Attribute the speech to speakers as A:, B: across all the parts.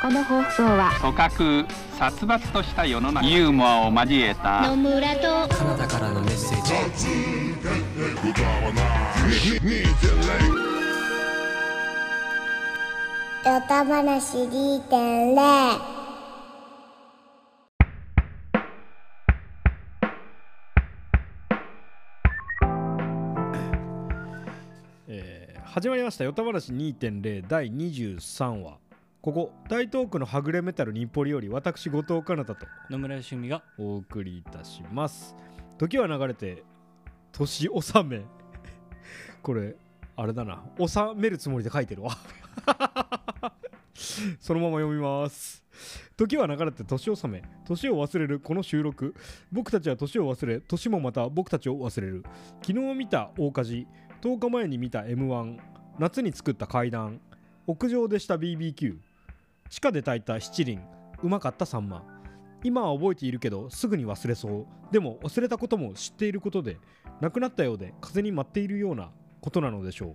A: この放送は
B: 組閣殺伐とした世の中ユーモアを交えた
C: 野村と
D: カナダからのメッセージ
E: ヨタ話2.0
F: えー始まりました「よたばらし2.0」第23話ここ大東区のはぐれメタル日暮里より私後藤かなたと
G: 野村よしみが
F: お送りいたします時は流れて年納め これあれだな納めるつもりで書いてるわ そのまま読みます時は流れて年納め年を忘れるこの収録僕たちは年を忘れ年もまた僕たちを忘れる昨日見た大火事10日前に見た m 1夏に作った階段屋上でした BBQ 地下で炊いた七輪うまかったサンマ今は覚えているけどすぐに忘れそうでも忘れたことも知っていることでなくなったようで風に舞っているようなことなのでしょう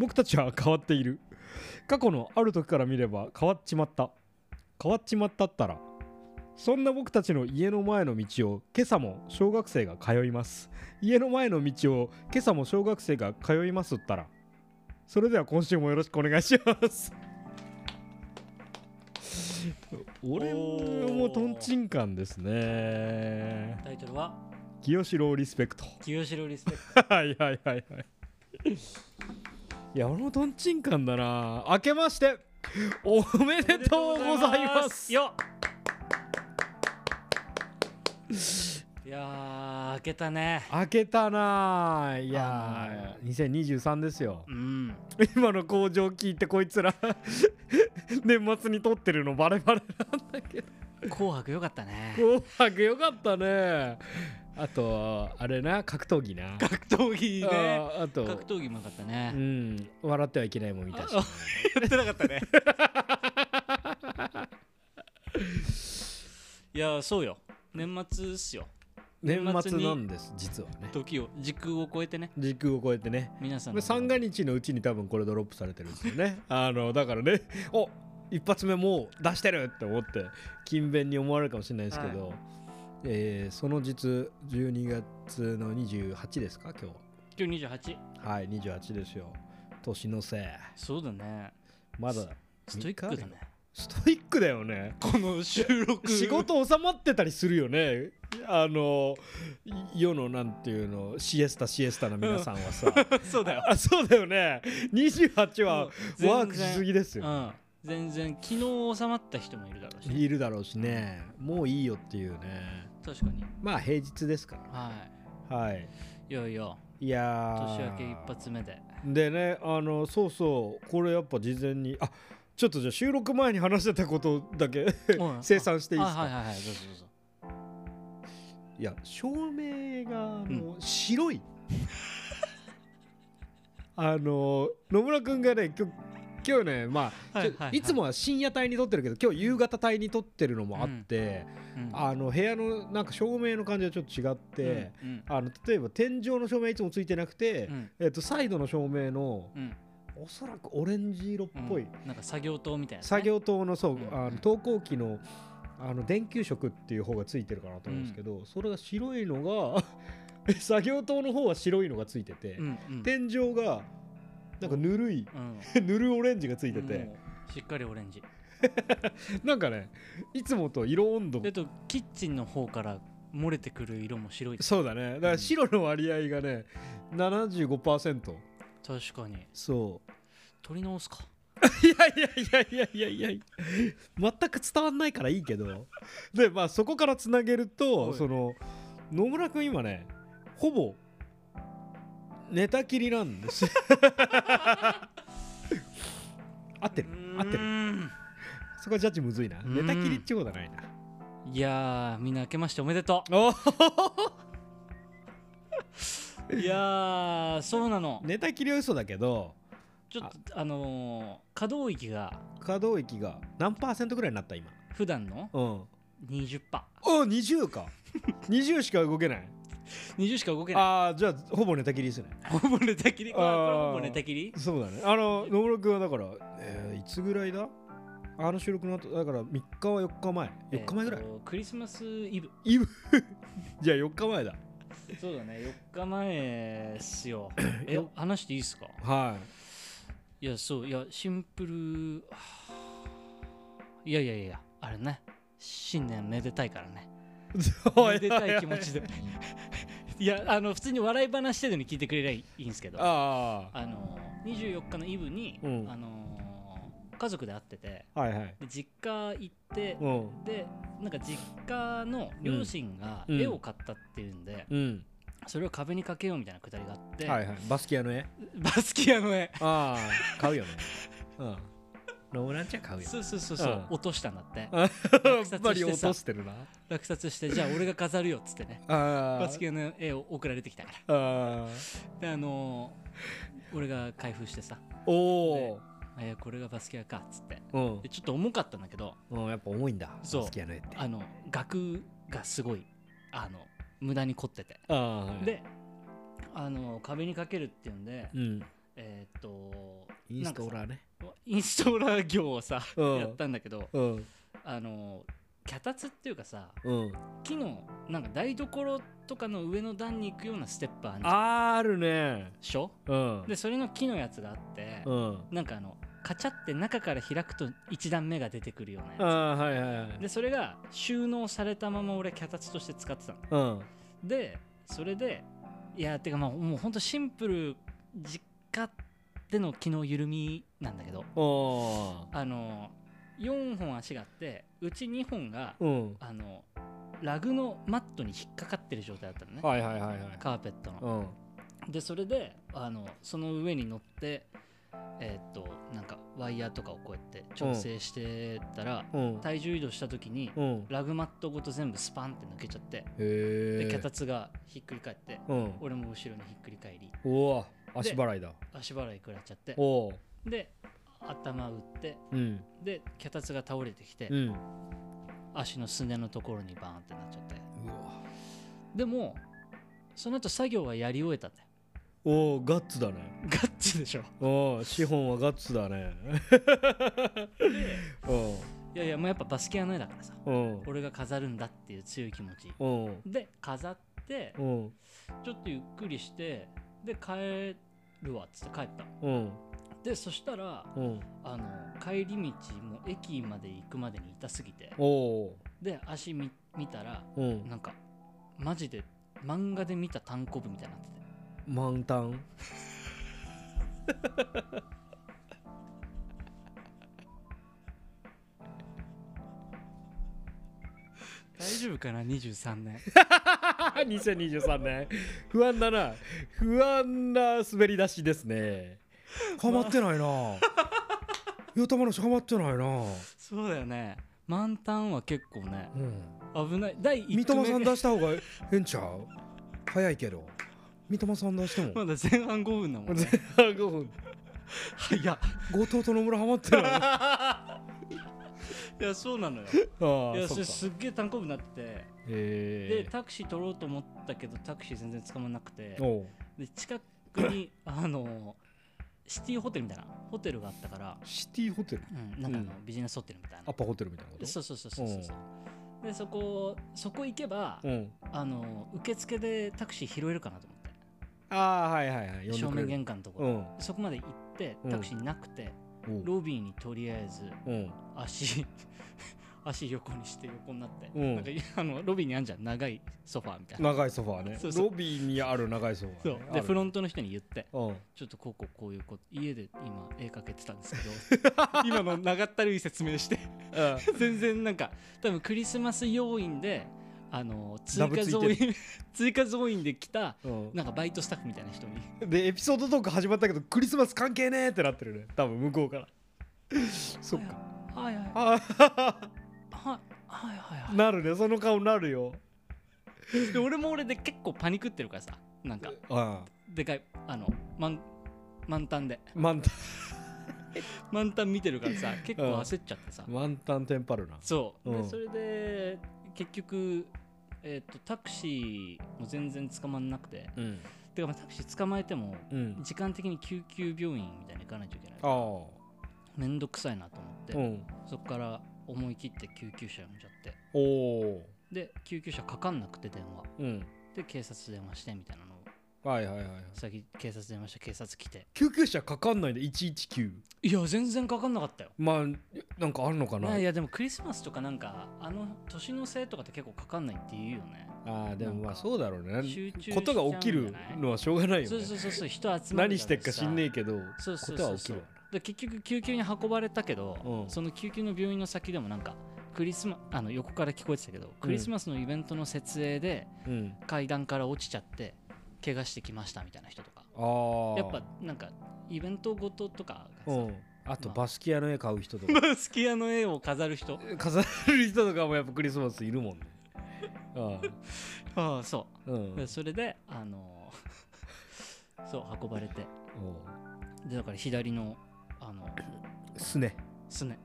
F: 僕たちは変わっている過去のある時から見れば変わっちまった変わっちまったったらそんな僕たちの家の前の道を今朝も小学生が通います家の前の道を今朝も小学生が通いますったらそれでは今週もよろしくお願いします俺もとんちんかんですね
G: タイトルは
F: 清志郎リスペクト
G: 「清志郎リスペクト
F: はいはいはいはいいや俺もとんちんかんだな明けましておめ」でとうございます
G: よっいやー開けたね
F: 開けたなあいやあ2023ですよ
G: うん
F: 今の工場聞いてこいつら 年末に撮ってるのバレバレなんだけど
G: 「紅白」よかったね
F: 紅白よかったねあとあれな格闘技な
G: 格闘技ね
F: ああと
G: 格闘技もよかった
F: う
G: ね
F: ん笑ってはいけないもん見たし
G: あやってなかったね いやそうよ年末っすよ
F: 年
G: 年
F: 末
G: 末に
F: なんです実はね
G: 時を時空を超えてね
F: 時空を超えてね
G: 皆さん
F: これ三が日のうちに多分これドロップされてるんです よねあのだからねお一発目もう出してるって思って勤勉に思われるかもしれないですけど、えーその実12月の28ですか今
G: 今日28
F: 日はい28ですよ年のせい
G: そうだね
F: まだ
G: ストイックだね
F: ストイックだよね
G: この収録
F: 仕事収まってたりするよねあの世のなんていうのシエスタシエスタの皆さんはさ
G: そうだよ
F: あそうだよね28は
G: うん
F: ワークしすぎですよ、
G: うん全然昨日収まった人もいるだろうし
F: いるだろうしねもういいよっていうね
G: 確かに
F: まあ平日ですか
G: は
F: らはい
G: いいよいよ
F: いやー
G: 年明け一発目で
F: でねあのそうそうこれやっぱ事前にあちょっとじゃあ収録前に話してたことだ け
G: うん
F: 生産していいですか、
G: はいはいはいはいどうぞどうぞ
F: いや照明があの
G: ん
F: 白いあの野村君がね今日今日ねまあ、
G: はい
F: ちょ
G: はいはい
F: いつもは深夜帯に撮ってるけど今日夕方帯に撮ってるのもあって、
G: うん
F: あの部屋のなんか照明の感じはちょっと違って、
G: うん
F: あの例えば天井の照明いつもついてなくて、
G: うん
F: えっとサイドの照明の
G: うん
F: おそらくオレンジ色っ
G: うん
F: ぽい、
G: なんか作業灯みたいなね
F: 作業灯のそ
G: う
F: う、
G: ん
F: あの投光器のあの電球色っていう方がついてるかなと思うんですけど、それが白いのが 作業灯の方は白いのがついてて、
G: うんうん
F: 天井がなんかぬるい
G: うん
F: ぬるオレンジがついてて、
G: もうしっかりオレンジ
F: なんかねいつもと色温度
G: えっとキッチンの方から漏れてくる色も白い
F: そうだねだから白の割合がね75%
G: 確かに
F: そう
G: 取り直すか
F: いやいやいやいやいやいや全く伝わんないからいいけどでまあそこからつなげると
G: はい
F: その野村君今ねほぼ寝たきりなんです 合ってる合ってる
G: る
F: そこはジャッジむずいな
G: うん
F: 寝たきりっちゅうことはないない
G: やーみんな明けましておめでと
F: お
G: ういやーそうなの
F: 寝たきりは嘘だけど
G: ちょっとあのー可動域が
F: 可動域が何パーセントぐらいになった今
G: 普段の
F: うん
G: 20%20
F: お20か20しか動けない
G: しか動けない
F: ああじゃあほぼ寝たきりですね
G: ほぼ寝たきり
F: あ
G: こ
F: ー
G: れこれほぼ寝たきり
F: そうだねあの野村君はだから、えーいつぐらいだあの収録の後だから3日は4日前4日前ぐらい、
G: えーとクリスマスイブ
F: イブじゃあ4日前だ
G: そうだね4日前っす よえ
F: よ
G: 話していいっすか
F: はい
G: やそういやシンプルいやいやいやあれね新年めでたいから ね
F: い
G: めでたい気持ちで いやあの普通に笑い話程度に聞いてくれりゃいいんですけど
F: あ
G: あの24日のイブに、
F: うん
G: あのー家族で会ってて
F: あはいはい
G: で実家行って、
F: うん
G: でなんか実家の両親が
F: うん
G: 絵を買ったっていうんで、
F: うん
G: それを壁にかけようみたいなくだりがあって、
F: はいはいバスケ屋の絵
G: バスキアの絵
F: ああ買うよねうんローランちゃん買うよ
G: そうそうそうそう、
F: うん
G: 落としたんだって
F: あやっぱり落としてるな
G: 落札してじゃあ俺が飾るよっつってね
F: あ
G: バスキアの絵を送られてきたから
F: あ
G: であのー俺が開封してさ
F: おお
G: 「えーこれがバスキアか」っつって
F: うん
G: でちょっと重かったんだけど
F: うんやっぱ重いんだ
G: そう
F: バスケ屋の絵って
G: あの額がすごいあの無駄に凝ってて、
F: ああはい
G: であの壁にかけるっていうんで、
F: うん
G: えーっと
F: インストー
G: なんか
F: ラーね
G: さインストーラー業をさ、
F: うん
G: やったんだけど
F: うん
G: あの脚立っていうかさ
F: うん
G: 木のなんか台所とかの上の段に行くようなステップあるで
F: あるね
G: しょ
F: うん
G: でそれの木のやつがあって、
F: うん
G: なんかあのカチャって中から開くと一段目が出てくるよう
F: あ
G: なや
F: あはいはいはい
G: つでそれが収納されたまま俺脚立として使ってたの
F: うん
G: でそれでいやてかまあもうほんとシンプル実家での気の緩みなんだけど
F: おお
G: あの4本足があってうち2本が
F: うん
G: あのラグのマットに引っかかってる状態だったのね、
F: はいはいはいはい
G: カーペット
F: う
G: の、
F: ん
G: でそれであのその上に乗ってえーっとなんかワイヤーとかをこうやって調整してたら、
F: うん
G: 体重移動した時に、
F: うん
G: ラグマットごと全部スパンって抜けちゃって
F: へ
G: で
F: え
G: 脚立がひっくり返って
F: うん
G: 俺も後ろにひっくり返り
F: おお足払いだ
G: 足払い食らっちゃって
F: おお
G: で頭打って
F: うん
G: で脚立が倒れてきて、
F: うん
G: 足のすねのところにバーンってなっちゃって
F: うわ
G: でもその後作業はやり終えたんだよ
F: おおガッツだね
G: ガッツでしょ
F: おお資本はガッツだね お
G: いやいやもうやっぱバスケ屋の絵だからさ
F: おうん
G: 俺が飾るんだっていう強い気持ち
F: うん
G: で飾って
F: うん
G: ちょっとゆっくりしてで帰るわっつって帰った
F: うん
G: でそしたら
F: うん
G: あの帰り道もう駅まで行くまでに痛すぎて
F: おお
G: で足見見たら
F: うん
G: なんかマジで漫画で見た単行部みたいになってて
F: 満タン
G: 大丈夫かな23年
F: 2023年不安だな不安な滑り出しですねハマってないなゆうたまなしハマってないな、
G: そうだよね満タンは結構ね
F: うん、
G: 危ない第
F: 三
G: 一
F: 笘さ
G: 組
F: ん出した方がええんちゃう早いけど三笘さん出しても
G: まだ前半5分だもん ね
F: 5分
G: いや
F: 後藤と野村ハマってない あ
G: いやそうなのよい
F: あ
G: やそ
F: そ
G: う
F: か
G: れすっげえ単行部になっててで
F: え
G: タクシー取ろうと思ったけどタクシー全然捕まんなくて
F: ー、おう
G: で近くにあのシティホテルみたいなホテルがあったから、
F: シティホテル
G: うん、なんかあの、
F: う
G: ビジネスホテルみたい
F: アッ
G: な
F: パホテルみたいなこと
G: そうそうそうそうそうでそこそこ行けば、
F: うん
G: あの受付でタクシー拾えるかなと思っ
F: ああはいはいはい
G: て
F: 呼
G: 正面
F: んでくれる
G: 玄関のとこ
F: う
G: ろ、
F: ん
G: そこまで行って
F: うん
G: タクシーなくて、
F: おう
G: ロビーにとりあえず
F: うん
G: 足 足横にして横になって、
F: うん
G: なんかいあのロビーにあんじゃん長いソファーみたいな、
F: 長いソファーね
G: そうそう
F: ロビーにある長いソファー、ね、
G: そうでフロン
F: ト
G: トの人に言って
F: うん
G: ちょっとこうこうこういうこと家で今絵描けてたんですけど 今の長ったるい説明して 全然なんか多分クリスマス要員であの追加増
F: ダブつい
G: 員 追加増員で来た
F: うん
G: なんかバイトスタッフみたいな人に
F: でエピソードトーク始まったけどクリスマス関係ねえってなってるね多分向こうから そっか
G: 「はいはいはい
F: あー
G: はいはいは
F: なるねその顔なるよ
G: い」で俺も俺で結構パニクってるからさなんか
F: ああ
G: でかいあの満満タンで
F: 満タ
G: 満タン見てるからさ結構焦っちゃってさ
F: ン満タンテンパるな
G: そう、
F: うん
G: でそれで結局、えー、とタクシーも全然捕まんなくて
F: うん
G: てかまあタクシー捕まえても
F: うん
G: 時間的に救急病院みたいに行かないといけない
F: ああ
G: めんどくさいなと思っって、
F: うん
G: そこから思い切って救急車呼んじゃって
F: おお
G: で救急車かかんなくて電話
F: うん
G: で警察電話してみたいなのを
F: はいはいはいはい
G: 先警察電話して警察来て
F: 救急車かかんないで119
G: いや全然かかんなかったよ
F: まあなんかあるのか
G: いや
F: ない
G: やでもクリスマスとかなんかあの年のせいとかって結構かかんないって言うよね
F: ああでもまあそうだろうねなん
G: 集中しちゃう
F: こ
G: んじ
F: と
G: ゃない
F: が起きるのはしょうがないよ
G: そう
F: ね
G: そうそうそう人集まる
F: 何してっか知んねえ
G: け
F: けど
G: そうそうそ
F: ことは
G: う
F: 起き
G: そ
F: る
G: う
F: わな
G: で結局救急に運ばれたけど、
F: うん
G: その救急の病院の先でもなんかクリスマあの横から聞こえてたけどクリスマスのイベントの設営で
F: うん
G: 階段から落ちちゃって怪我してきましたみたいな人とか
F: ああ
G: やっぱなんかイベントごととかが
F: う
G: さ
F: んあと
G: まあ
F: バスキアの絵買う人と か
G: スキヤの絵を飾る人
F: 飾る人とかもやっぱクリスマスいる もんねあ
G: ああそ
F: あう
G: う、
F: ん
G: でそれであの そう運ばれて
F: お
G: でだから左のあの
F: うすね
G: すね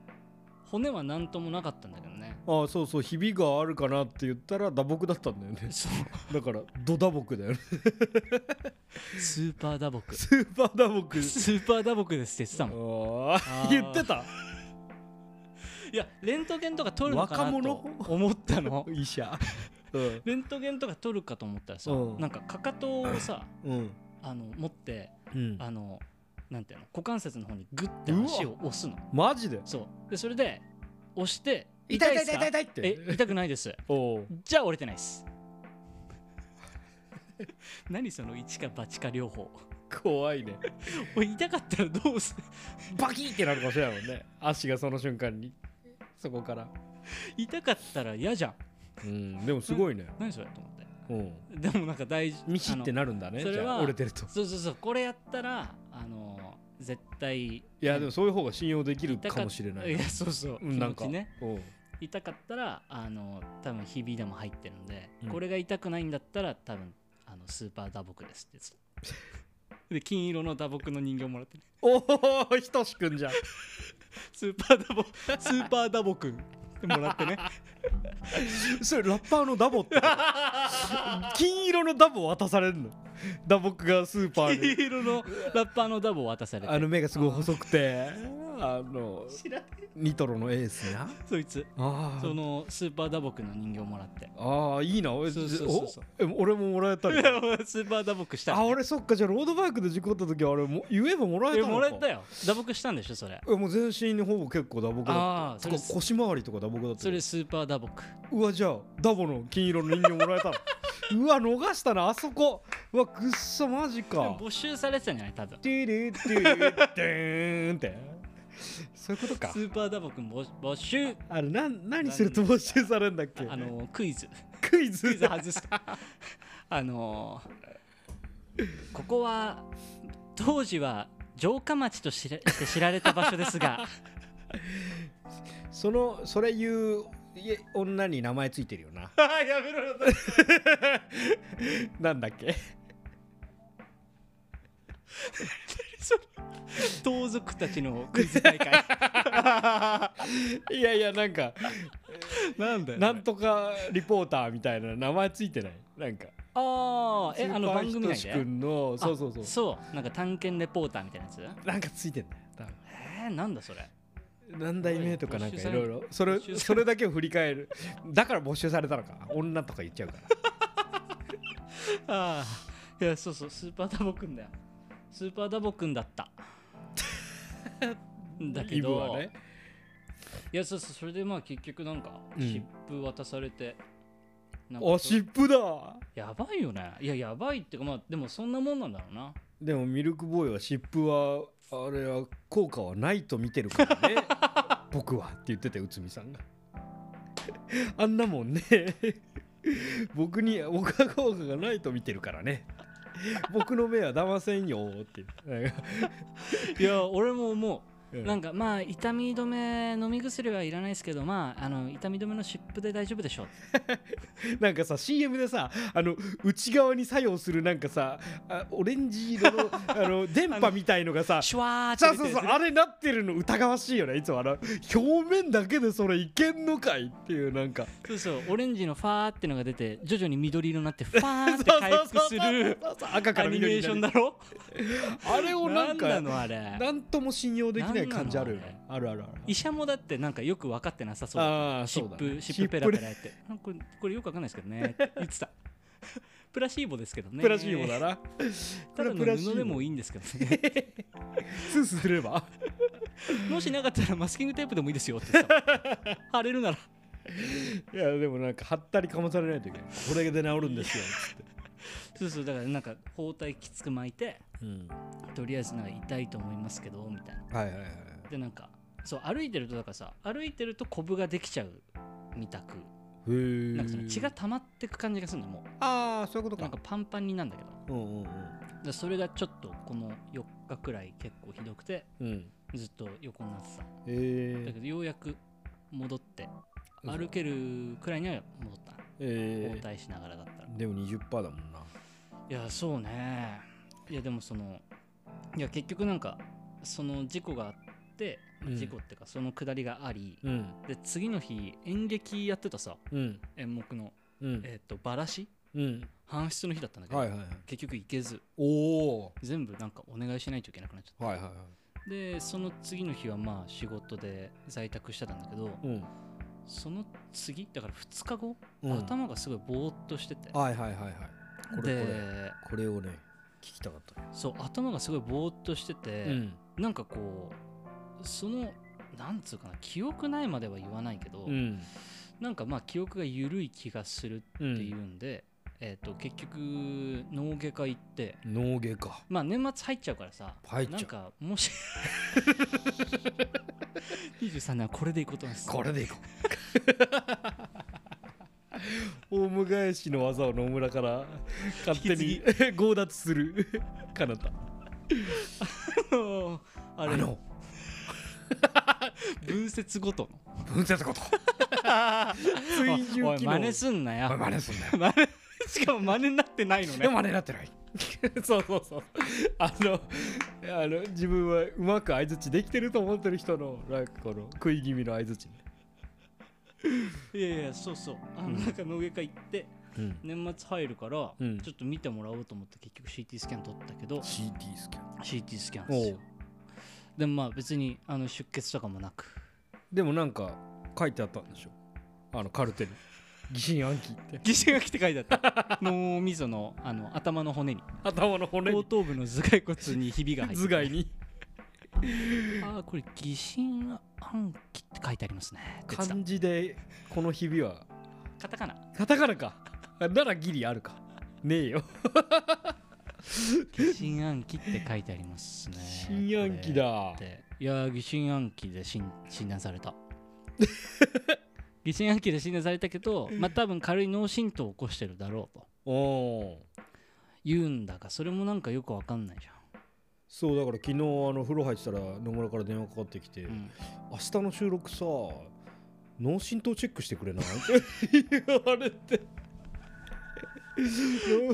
G: 骨は何ともなかったんだけどね
F: ああそうそうひびがあるかなって言ったら打撲だったんだ よね
G: そ
F: だからド打撲だよね
G: う スーパー打撲
F: スーパー打 撲
G: スーパー打撲ですって言ってたもん
F: ああ
G: あー
F: 言ってた
G: いやレントゲンとか取るのかなと
F: 若者
G: 思ったの
F: 医者うん
G: レントゲンとか取るかと思ったらさ、
F: うん
G: なんかかかとを さ
F: うん
G: あの持って
F: うん
G: あのなんていうの股関節の方にグッて足を押すの
F: マジで
G: そうでそれで押して
F: 痛い
G: で
F: 痛い
G: すか
F: 痛い痛い痛いって
G: え痛くないです
F: おう
G: じゃあ折れてないです 何その一か八か両方
F: 怖いね
G: おい痛かったらどうす
F: バキーってなるかもしれないもんね足がその瞬間にそこから
G: 痛かったら嫌じゃん
F: うんでもすごいね
G: 何それと思って
F: うん
G: でもなんか大事
F: ミシって
G: あの
F: なるんだね
G: それ
F: じ
G: は
F: ゃあ折れてると
G: そうそうそうこれやったらあの絶対い
F: いやでもそういう方が信用できるかもしれないい
G: やそうそう
F: うんなん
G: 気
F: か
G: 持ちね
F: うん
G: 痛かったらあの多分ひびでも入ってるんで、
F: うん
G: これが痛くないんだったら多分あのスーパー打撲ですってやつで金色の打撲の人形もらってね
F: おおひとしくん じゃん
G: スーパー打撲スーパー打撲ってもらってね
F: それラッパーのダボってこと金色のダボ渡されるのダボックがスーパーに
G: 金色のラッパーのダボを渡されて
F: あの目がすごい細くてあの
G: 知らねえ
F: ニトロのエースな
G: そいつ
F: あ
G: そ
F: ー
G: のスーパー打撲の人形もらって
F: あーいいなお
G: そうそうそうそう
F: え俺ももらえ たり
G: スーパー打撲した
F: あ
G: の
F: 俺そっかじゃあロードバイクで事故った時はあれも言えばもら
G: え
F: えたのか
G: もらえたよ打撲したんでしょそれ
F: えもう全身にほぼ結構打撲だ
G: あー
F: った
G: そ
F: と
G: れ
F: か腰回りとか打撲だった
G: そ
F: よ
G: れスーパー打撲
F: うわじゃあダボの金色の人形も らえたのうわ逃したなあそこうわくっそマ
G: で
F: ジ
G: も
F: か
G: 没収されてたんじゃない多分
F: トゥルトゥルトゥーンってそういうことか
G: スーパーダボ君募募集
F: あれなん何すると募集されるんだっけ
G: あのクイズ
F: クイズ
G: クイズ外す あのここは当時は城下町と知れして知られた場所です が
F: そのそれ言ういえ女に名前ついてるよ な
G: やめろよ
F: なんだっけ
G: 盗賊たちのクイズ大会
F: いやいやなんか
G: なんだ
F: なんとかリポーターみたいな名前ついてないなんか
G: ああえあの番組内
F: スーパ
G: で
F: ーひとし君のそうそうそう
G: あそうなんか探検レポーターみたいなやつ
F: なんかついてんだよ多分
G: えー、なんだそれ
F: 何代目とかなんかいろいろそれ
G: 募集される
F: それだけを振り返るだから募集されたのか女とか言っちゃうから
G: ああいやそうそうスーパーダボくんだよスーパーダボくんだった だけ
F: イブ
G: ど
F: はね
G: いやそうそうそれでまあ結局なんか
F: うん
G: 湿布渡されて、なんか
F: お湿布だ
G: やばいよねいややばいっていうかまあでもそんなもんなんだろう な
F: でもミルクボーイは湿布はあれは効果はないと見てるか らね僕はって言ってて内海さんが あんなもんね 僕に僕は効果がないと見てるからね僕の目は騙せんよ って言って
G: いや俺もも
F: う
G: うん なんかまあ痛み止め飲み薬はいらないですけどまああの痛み止めの湿布で大丈夫でしょう
F: なんかさ CM でさあの内側に作用するなんかさあオレンジ色のあの電波みたいのがさ
G: シュワーって
F: そう
G: 出て
F: そう
G: る
F: そうあれなってるの疑わしいよねいつもあの表面だけでそれいけんのかいっていうなんか
G: そうそうオレンジのファーってのが出て徐々に緑色に なってファーって回復する
F: そうそうそうそう赤か
G: ア
F: ら
G: ニメ
F: 緑
G: ー
F: に
G: ション
F: なる
G: だろ
F: あれをなん
G: なん
F: か
G: なのあれ
F: なんとも信用できないね感じあるよ
G: そんなの
F: ねあるあるある
G: 医者もだってなんかよく分かってなさそうだ
F: ああ
G: 湿
F: そうだね
G: 布湿布ペラペラやってなんかこれこれよくわかんないですけど ねって言ってたプラシーボですけどね
F: プラシーボだな
G: ただの
F: これはプラシーボ
G: 布でもいいんですけどね
F: スースーすれば
G: もしなかったらマスキングテープでもいいですよって さ貼れるなら
F: いやでもなんか貼ったりかまされないといけないこれで治るんですよ
G: そうそうだからなんか包帯きつく巻いて
F: うん
G: とりあえずなんか痛いと思いますけどみたいな
F: はいはいはい
G: でなんかそう歩いてるとだからさ歩いてるとコブができちゃうみたく
F: へえ
G: なんかその血が溜まってく感じがするのも
F: ああそういうこ
G: う
F: と
G: な
F: か
G: んかパンパンになるんだけど
F: うんうん
G: でそれがちょっとこの4日くらい結構ひどくて
F: うんうん
G: ずっと横になってただ
F: え
G: けどようやく戻って
F: 嘘
G: 歩けるくらいには戻った
F: ええ
G: 交代しながらだったら
F: でも20%だもんない
G: やそうねいやでもそのいや結局なんかその事故があって
F: うん
G: 事故っていうかその下りがあり、
F: うん
G: で次の日演劇やってたさ
F: うん
G: 演目の、
F: うん
G: えっとバラシ
F: うん
G: 搬出の日だったんだけど、
F: はいはいはい
G: 結局行けず
F: おお
G: 全部なんかお願いしないといけなくなっちゃっ
F: はいはいは
G: たでその次の日はまあ仕事で在宅してたんだけど、
F: いうん
G: その次だから2日後、
F: うん
G: 頭がすごいぼーっとしてて
F: はいはいはいはいこれこれ
G: で
F: これをね聞きたかったね
G: そう頭がすごいぼーっとしてて、
F: うん
G: なんかこうそのなんつうかな記憶ないまでは言わないけど、
F: うん
G: なんかまあ記憶が緩い気がする
F: う
G: っていうんんで、えー、と結局脳外科行って
F: 脳外か
G: まあ年末入っちゃうからさ
F: 入っちゃう
G: なんかも し23年はこれでいくことなんです
F: これでいこう オウム返しの技を野村から勝手に 強奪するかなた
G: あのあれ
F: の
G: 分節ごとの
F: 分節こと 追従機能
G: おい真似すんなよ
F: おい 真似すんなよ
G: 真似しかも真似になってないの
F: で
G: ね
F: も真似なってない そうそうそうあのあの自分はうまく相づちできてると思ってる人のなんかこの食い気味の相づちね
G: いやいやそうそうあの
F: うん
G: なんか脳外科行って
F: うん
G: 年末入るから、
F: うん
G: ちょっと見てもらおうと思って結局 CT スキャン取ったけど
F: CT スキャン
G: CT スキャンですよでもまあ別にあの出血とかもなく
F: でもなんか書いてあったんでしょあのカルテに疑心暗鬼って
G: 疑心が来て書いてあった脳みそのあの頭の骨に
F: 頭の骨
G: 後
F: に
G: 頭部の頭蓋骨にひびが入って
F: 頭蓋に
G: あーこれ疑心暗鬼って書いてありますねって言って
F: 漢字でこのひびは
G: たカタカナ
F: カタカナかならギリあるかねえよ
G: 疑心暗鬼って書いてありますね
F: 疑心暗鬼だ
G: これっていやー疑心暗鬼で診診断された疑心暗鬼で診断されたけどまあ多分軽い脳震盪を起こしてるだろうと
F: おお
G: 言うんだがそれもなんかよくわかんないじ
F: そうだから昨日あの風呂入ってたら野村から電話かかってきて、
G: ゃん、うん
F: 明日の収録さ脳震盪チェックしてくれないって 言われ て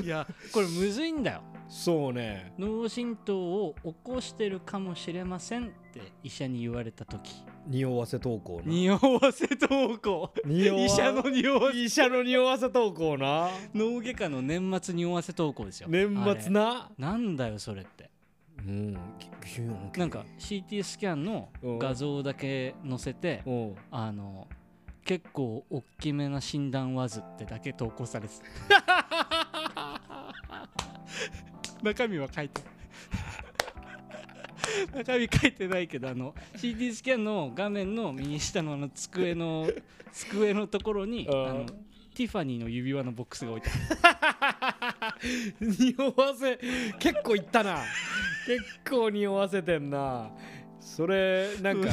G: いやこれむずいんだよ
F: そうね
G: 脳震盪を起こしてるかもしれませんって医者に言われた時
F: 匂わせ投稿な
G: 匂わせ投 稿
F: 匂わ
G: 医者の匂わせ
F: 医者の匂わせ投稿な
G: 脳外科の年末匂わせ投稿ですよ
F: 年末な
G: あれなんだよそれって
F: うんぎ疑心暗鬼
G: なんか CT スキャンの画像だけ載せて、
F: うん
G: あの結構大きめな診断わずってだけ投稿されてた 中身は書いてない 中身書いてないけどあの CT スキャンの画面の右下のあの机の机のところに
F: あ
G: あ
F: ー
G: のティファニーの指輪のボックスが置いてある
F: 匂わせ結構いったな結構匂わせてんなそれなんか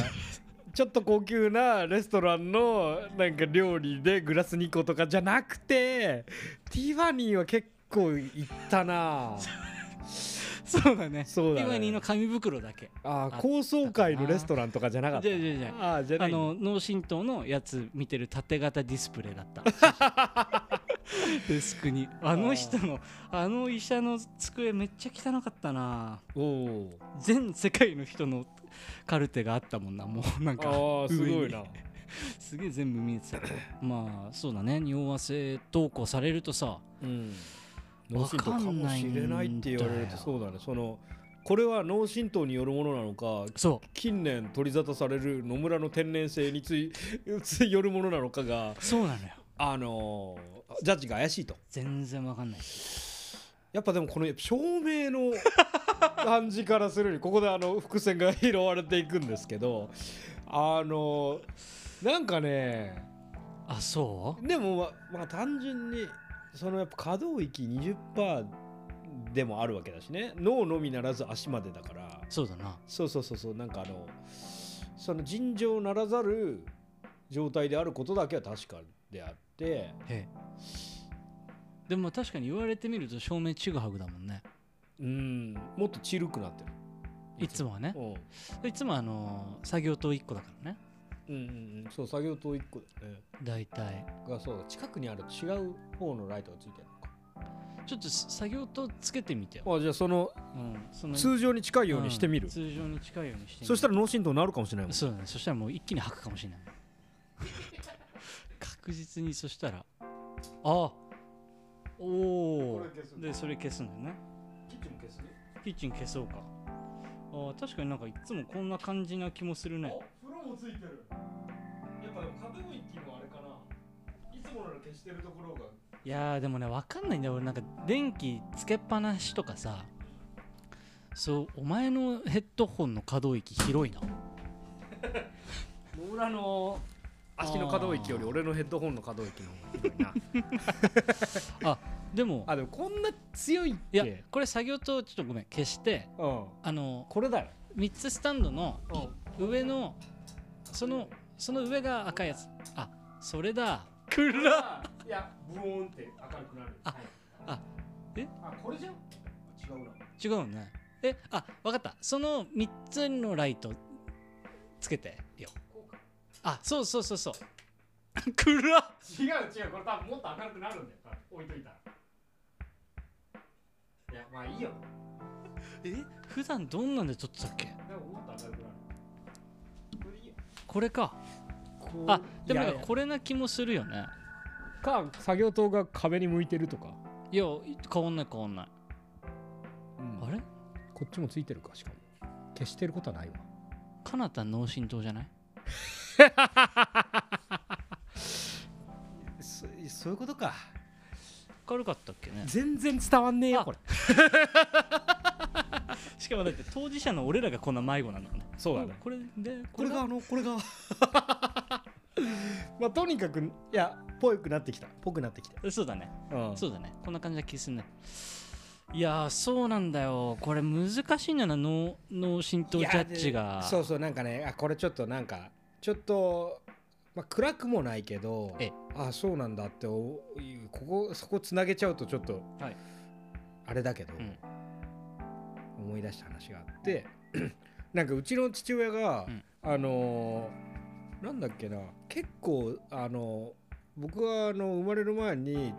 F: ちょっと高級なレストランのなんか料理でグラス2個とかじゃなくてティファニーは結構いったな
G: そうだね
F: そうだ
G: ティファニー
F: ね
G: の紙袋だけ
F: あ
G: あ
F: ー高層階のレストランとかじゃなかった
G: じゃあじゃあじゃあ
F: あーじゃな
G: あ
F: い
G: の脳震盪のやつ見てる縦型ディスプレイだった デスクにあの人のあの医者の机めっちゃ汚かったな
F: おお
G: 全世界の人のカルテがあったもんなもうなん
F: あ
G: か
F: ーすごいな
G: 上にすげえ全部見えてたけどまあそうだね匂わせ投稿されるとさ
F: うん脳震盪かもしれないって言われるとそうだねそのこれは脳震盪によるものなのか
G: そ
F: 近年取り沙汰される野村の天然性についついよるものなのかが
G: うそうなのよ
F: あのージャッジが怪しいと
G: 全然わかんない
F: やっぱでもこの照明の感じからするにここであの伏線が拾われていくんですけどあのーなんかね
G: あそう
F: でもまあまあ単純にそのやっぱ可動域20%でもあるわけだしね脳のみならず足までだから
G: そうだな
F: そうそうそうそうなんかあのその尋常ならざる状態であることだけは確かであって
G: へえでも確かに言われてみると照明ちぐはぐだもんね
F: うんもっとチルくなってる
G: いつもはね
F: うん
G: いつもあのー作業灯1個だからね
F: うんうんうんそう作業灯1個だよね
G: 大体
F: がそうだ近くにある違う方のライトがついてるのか
G: ちょっと作業灯つけてみてよ、
F: あじゃあその
G: うん、その
F: 通常に近いよう
G: う
F: に
G: ん
F: してみる、
G: 通常に近いようにしてみる
F: そしたら脳震盪になるかもしれないもん
G: そうだねそしたらもう一気に吐くかもしれない確実にそしたらあおおーでそれ消すんだよねキッチン消そうかあー確かになんかいつもこんな感じな気もするね
F: 風呂もついてるやっぱでも可動域のあれかないつもなら消してるところが
G: いやーでもね分かんないんだよ俺なんか電気つけっぱなしとかさそうお前のヘッドホンの可動域広いな
F: 野村の足の可動域より俺のヘッドホンの可動域の方が広いな
G: でも
F: あでもこんな強いっ
G: い
F: て
G: やこれ作業灯ちょっとごめん消して
F: うん
G: あの
F: これだよ
G: 3つスタンドの
F: うん
G: 上のそのその上が赤いやつあそれだ暗っ
F: いやブオーンって明るくなる
G: ああえ
F: あこれじゃん違うな
G: 違うねえあわかったその3つのライトつけてよあそうそうそうそう暗っ
F: 違う違うこれ多分もっと明るくなるんだよ置いといたらいやまあいいよ
G: え普段どんなんで撮ってたっけ
F: でももっと明るくなるこれいいよ
G: これかあでもなんかこれな気もするよね
F: か作業灯が壁に向いてるとか、
G: いや変わんない変わんないあれ
F: こっちもついてるかしかも消してることはないわ
G: かなた脳震盪じゃない
F: そそういうことか
G: 明るかったっけね
F: 全然伝わんねえ
G: あ
F: よこれ
G: しかもだって当事者の俺らがこんな迷子なのね
F: そう
G: うんこれで
F: これがあのこれが まあとにかくいやぽくなってきたぽくなってきた、
G: そうだね
F: うん
G: そうだねこんな感じな気すんねいやーそうなんだよこれ難しいんだよな脳脳震盪ジャッジ
F: いや
G: が
F: でそうそうなんかねあこれちょっとなんかちょっと、まあ、暗くもないけど
G: ええ
F: あそうなんだっておいうここそこつなげちゃうとちょっと、
G: はい
F: あれだけど、
G: うん
F: 思い出した話があって なんかうちの父親が、
G: うん
F: あのーなんだっけな結構あの僕はあの生まれる前に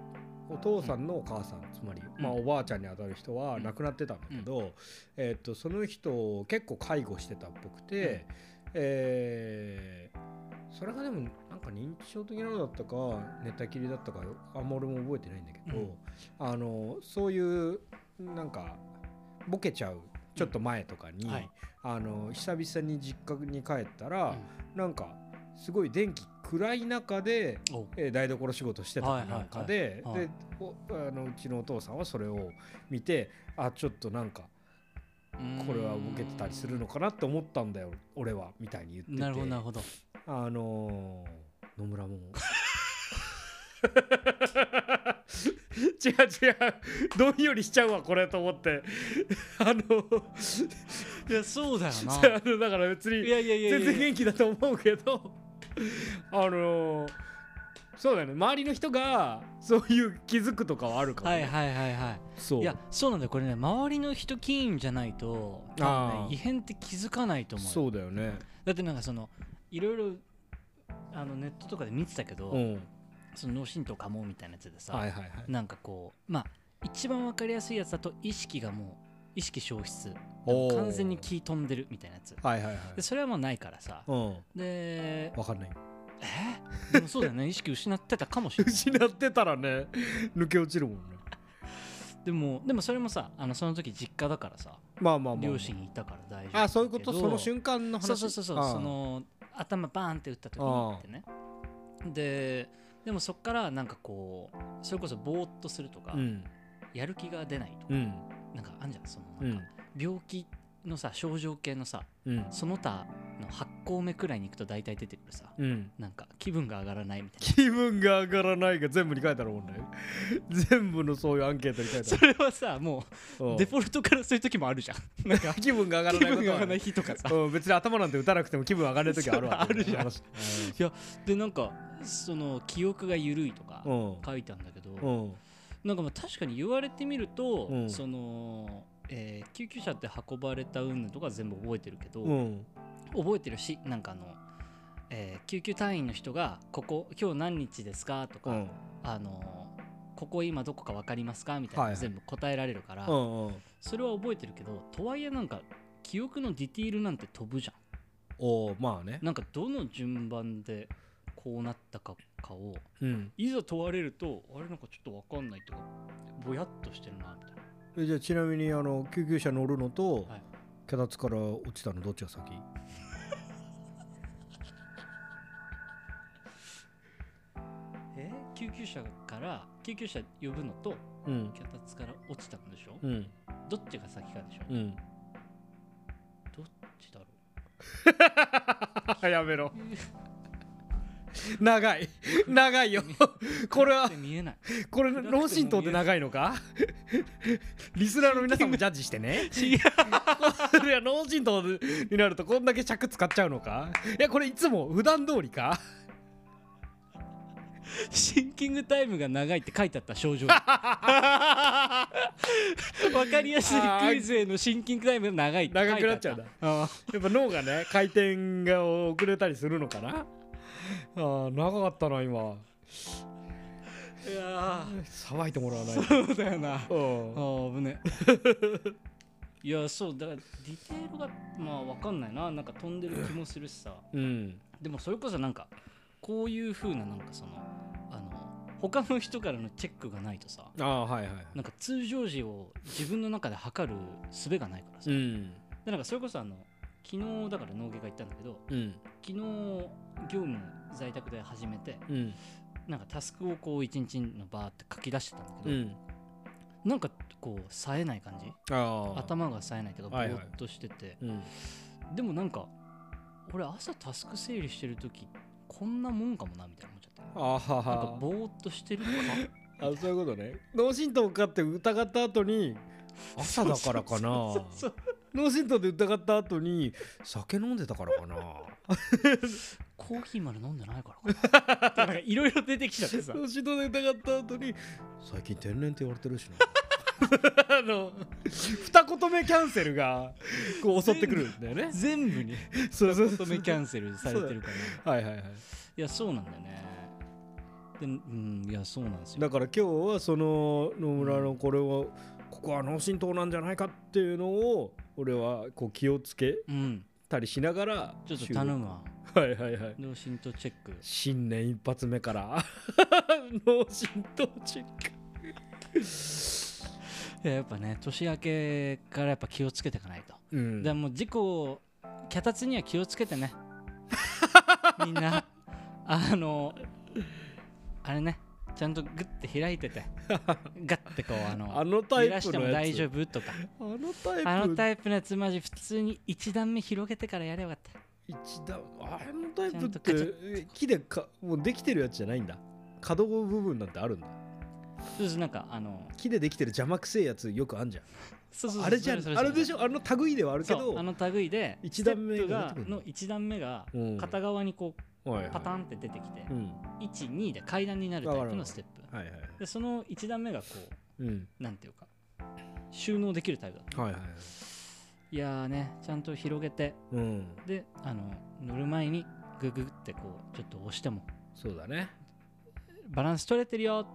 F: お父さんのお母さん、つまり、まあ、
G: うん
F: おばあちゃんにあたる人は
G: うん
F: 亡くなってたんだけど、えっとその人を結構介護してたっぽくて、えーそれがでもなんか認知症的なのだったか寝たきりだったかあんま俺も覚えてないんだけど、
G: うん
F: あのそういうなんかボケちゃうちょっと前とかに、
G: はい
F: あの久々に実家に帰ったら、なんかすごい電気暗い中で、
G: お
F: えー台所仕事してた
G: はい
F: か
G: はいはい
F: なんかで
G: はい
F: でおあのうちのお父さんはそれを見てあちょっとなんかこれはボケてたりするのかなって思ったんだよ俺はみたいに言ってて
G: なるほどなるほど
F: あのー、野村も違う違うどんよりしちゃうわこれと思ってあの
G: いやそうだよな
F: あのだから別 に
G: いやいやいやいや
F: 全然元気だと思うけどあのーそうだよね周りの人がそういう気づくとかはあるかも、ね
G: はいはいはいは
F: そ
G: いういやそうなんだよこれね周りの人キーンじゃないと多分
F: あ
G: ね
F: ー
G: 異変って気づかないと思うよ
F: そうだよね
G: だってなんかそのいろいろあのネットとかで見てたけど、
F: うん
G: その脳震盪かもみたいなやつでさ、
F: はいはいはい
G: なんかこうまあ一番わかりやすいやつだと意識がもう意識消失
F: おー
G: 完全に気飛んでるみたいなやつ
F: はいはいはい
G: でそれはもうないからさ
F: うん
G: で
F: わか んない
G: えでも そうだよね意識失ってたかもしれない
F: 失ってたらね抜け落ちるもんね
G: でもでもそれもさあのその時実家だからさ
F: まあまあまあ、まあ、
G: 両親いたから大丈夫
F: あそういうこ
G: だ
F: と
G: け
F: そ
G: ど
F: の瞬間の話
G: そうそうそうそう
F: ああ
G: その頭バーンって打った時にあってねででもそっからなんかこうそれこそぼーっとするとか、
F: うん
G: やる気が出ないとか、
F: うん
G: なんかあんじゃんその
F: う
G: なん
F: ん
G: か病気のさ症状系のさ
F: うん
G: その他の8項目くらいに行くと大体出てくるさ
F: うん
G: なんか気分が上がらないみたいな
F: 気分が上がらないが全部に書いてあるもんね全部のそういうアンケートに書いて あ
G: そ
F: る
G: れはさも
F: う
G: うんデフォルトからそういう時もあるじゃん なんか
F: 気分が上がら
G: 気
F: ないこ
G: 分
F: と
G: が上が
F: はあ
G: ら
F: る
G: ない日とかさ
F: うん、別に頭なんて打たなくても気分上がる時あるわけ、
G: そうあるじゃん
F: 話
G: でなんかその記憶が緩いとか
F: うん
G: 書いたんだけど、
F: うん
G: なんかまあ確かに言われてみると、
F: うん
G: その、えー救急車って運ばれた云々とか全部覚えてるけど、
F: うん
G: 覚えてるしなんかあの、えー救急隊員の人が「ここ今日何日ですか?」とか、
F: うん
G: あのーここ今どこか分かりますか?」みたい
F: は
G: な
F: い
G: の
F: はい
G: 全部答えられるから、
F: うんうん
G: それは覚えてるけどとはいえなんか記憶のディティールなんて飛ぶじゃん。
F: おーまあね
G: なんかどの順番でこうなったかかを
F: うん
G: いざ問われるとあれなんかちょっと分かんないとかぼやっとしてるなみたいな。
F: えじゃあちなみにあの救急車乗るのと、
G: はい
F: 脚立から落ちたのどっちが先
G: え救急車から救急車呼ぶのと
F: うん
G: 脚立から落ちたのでしょ、
F: うん
G: どっちが先かでしょ、
F: う
G: どっ
F: ん
G: ちだろう
F: やめろ長い長いよこれは
G: って見えない
F: これ脳震盪で長いのかリスナーの皆さんもジャッジしてねこれは脳震盪になるとこんだけ尺使っちゃうのかいやこれいつも普段通りか
G: シンキングタイムが長いって書いてあった症 状にわかりやすいクイズへのシンキングタイムが長いって書いてあ
F: 長
G: った
F: くなっちゃうんだ
G: あ
F: やっぱ脳がね回転が遅れたりするのかなあー長かったな今
G: ーいや
F: 騒いでもらわないと
G: ーそうだよなあ
F: うん
G: ー危ね いやそうだからディテールがまあわかんないななんか飛んでる気もするしさ
F: うん
G: でもそれこそなんかこういう風ななんかそのあの他の人からのチェックがないとさ
F: ああはいはい
G: なんか通常時を自分の中で測る術がないからさ、
F: うん
G: でなんかそれこそあの昨日だから脳外科行ったんだけど
F: うん
G: 昨日業務在宅で始めて
F: うん
G: なんかタスクをこう一日のバーって書き出してたんだけ
F: う
G: ど、
F: ん
G: なんかこう冴えない感じ
F: ああ
G: 頭が冴えないというかぼ
F: はいはい
G: ーっとしてて、
F: うん
G: でもなんか俺朝タスク整理してる時こんなもんかもなみたいな思っちゃって
F: あは
G: なんか
F: は
G: ぼーっとしてるか
F: あそういうことね脳震盪かって疑った後に朝だから かな
G: そうそう
F: 脳震盪で疑った後に酒飲んでたからかな
G: コーヒーまで飲んでないから かななんかいろいろ出てきちゃってさ
F: 脳震盪で疑った後に最近天然って言われてるしな あの二言目キャンセルがこう襲ってくるんだよね
G: 全部に
F: そうそうそ
G: 止
F: う
G: めキャンセルされてるから
F: はいはいはい
G: いやそうなんだよねでうんいやそうなんですよ
F: だから今日はその野村のこれはここは脳震盪なんじゃないかっていうのを俺はこう気をつけ
G: うん
F: たりしながら
G: ちょっと頼むわ
F: はいはいはい
G: 脳震とチェック
F: 新年一発目から 脳震盪チェック
G: いややっぱね年明けからやっぱ気をつけていかないと、
F: うん
G: でもう事故脚立には気をつけ てねみんなあのあれねちゃんとグッて開いて てガッてこうあの
F: あのタ
G: 揺
F: イ
G: らし
F: プ
G: て
F: の
G: も
F: やつ
G: 大丈夫とか
F: あのタイプ
G: あのタイプのやつマジ普通に1段目広げてからやればよかった
F: 一段あれのタイプっ
G: ちゃんとガチャ
F: てえ木でかもうできてるやつじゃないんだ可動部分なんてあるんだ
G: そうそうなんかあの
F: 木でできてる邪魔くせえやつよくあんじゃん
G: そうそうそう
F: あれじゃ
G: そ
F: ん
G: そそ
F: あれでしょあの類ではあるけ
G: そう
F: ど
G: あの類で
F: 一段目
G: ステップ
F: が
G: が
F: 出てくるの
G: の1段目が
F: うん
G: 片側にこう
F: はいはい
G: パタンって出てきて
F: うん
G: 12で階段になるタイプのステップ
F: はいはいはい
G: でその1段目がこ
F: うん
G: うなんていうか収納できるタイプだった
F: はいはいはい
G: いやーねちゃんと広げて
F: うん
G: であの乗る前にグググってこうちょっと押しても
F: そうだね
G: バランス取れてるよ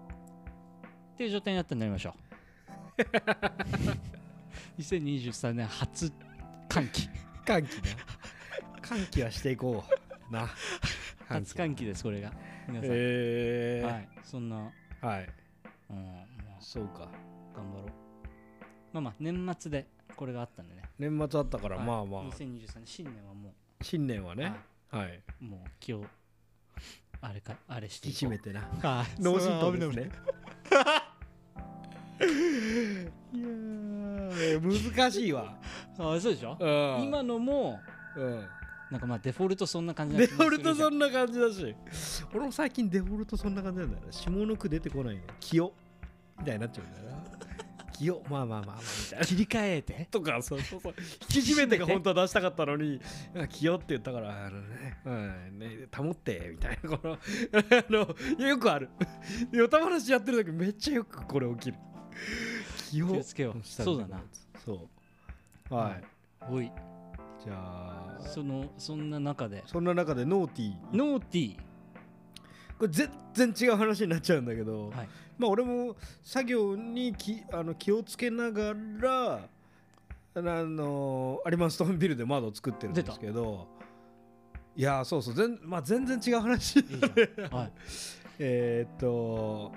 G: っていう状態になったら乗りまし ょう2023年初歓喜
F: 歓 喜ね歓喜はしていこうな
G: 初歓喜ですこれが皆さん、
F: え
G: はいそんな
F: ーはい
G: うんまあ
F: そうか
G: 頑張ろうまあまあ年末でこれがあったんでね
F: 年末あったから、
G: はい
F: まあまあ
G: 2023年新年はも
F: 新年は
G: う、
F: ねはい
G: いもう気をあれかあれして
F: 引
G: い
F: き締
G: こう
F: めてな
G: はい
F: 脳震盪
G: そう危
F: です
G: ない危ない
F: ねいやー難しいわ
G: あそうでしょ
F: うん
G: 今のも
F: うん
G: なんかまあデフォルトそんな感じな
F: デ
G: 気
F: フ
G: もする
F: ォル
G: じゃ
F: ト
G: ん
F: そんな感じだし俺も最近デフォルトそんな感じなんだよな下の句出てこないね清みたいになっちゃうんだよな清まあまあまあまあみたいな
G: 切り替えて
F: とかそうそうそう 引き締めてが本当は出したかった のになんか清って言ったからあのね,、うん、ね保ってみたいなこの あのいやよくある よた話やってる時めっちゃよくこれ起きる清
G: 気をつけよう
F: 下
G: そう
F: の句
G: だな
F: そうはい、
G: おい
F: じゃあ
G: そのそんな中で
F: そんな中でノーティー
G: ノーティー
F: これ全然違う話になっちゃうんだけど、
G: はい
F: まあ俺も作業にきあの気をつけながらあのアリマンストーンビルで窓を作ってるんですけどいやーそうそう全,、まあ、全然違う話
G: いいじゃんはい
F: えーっと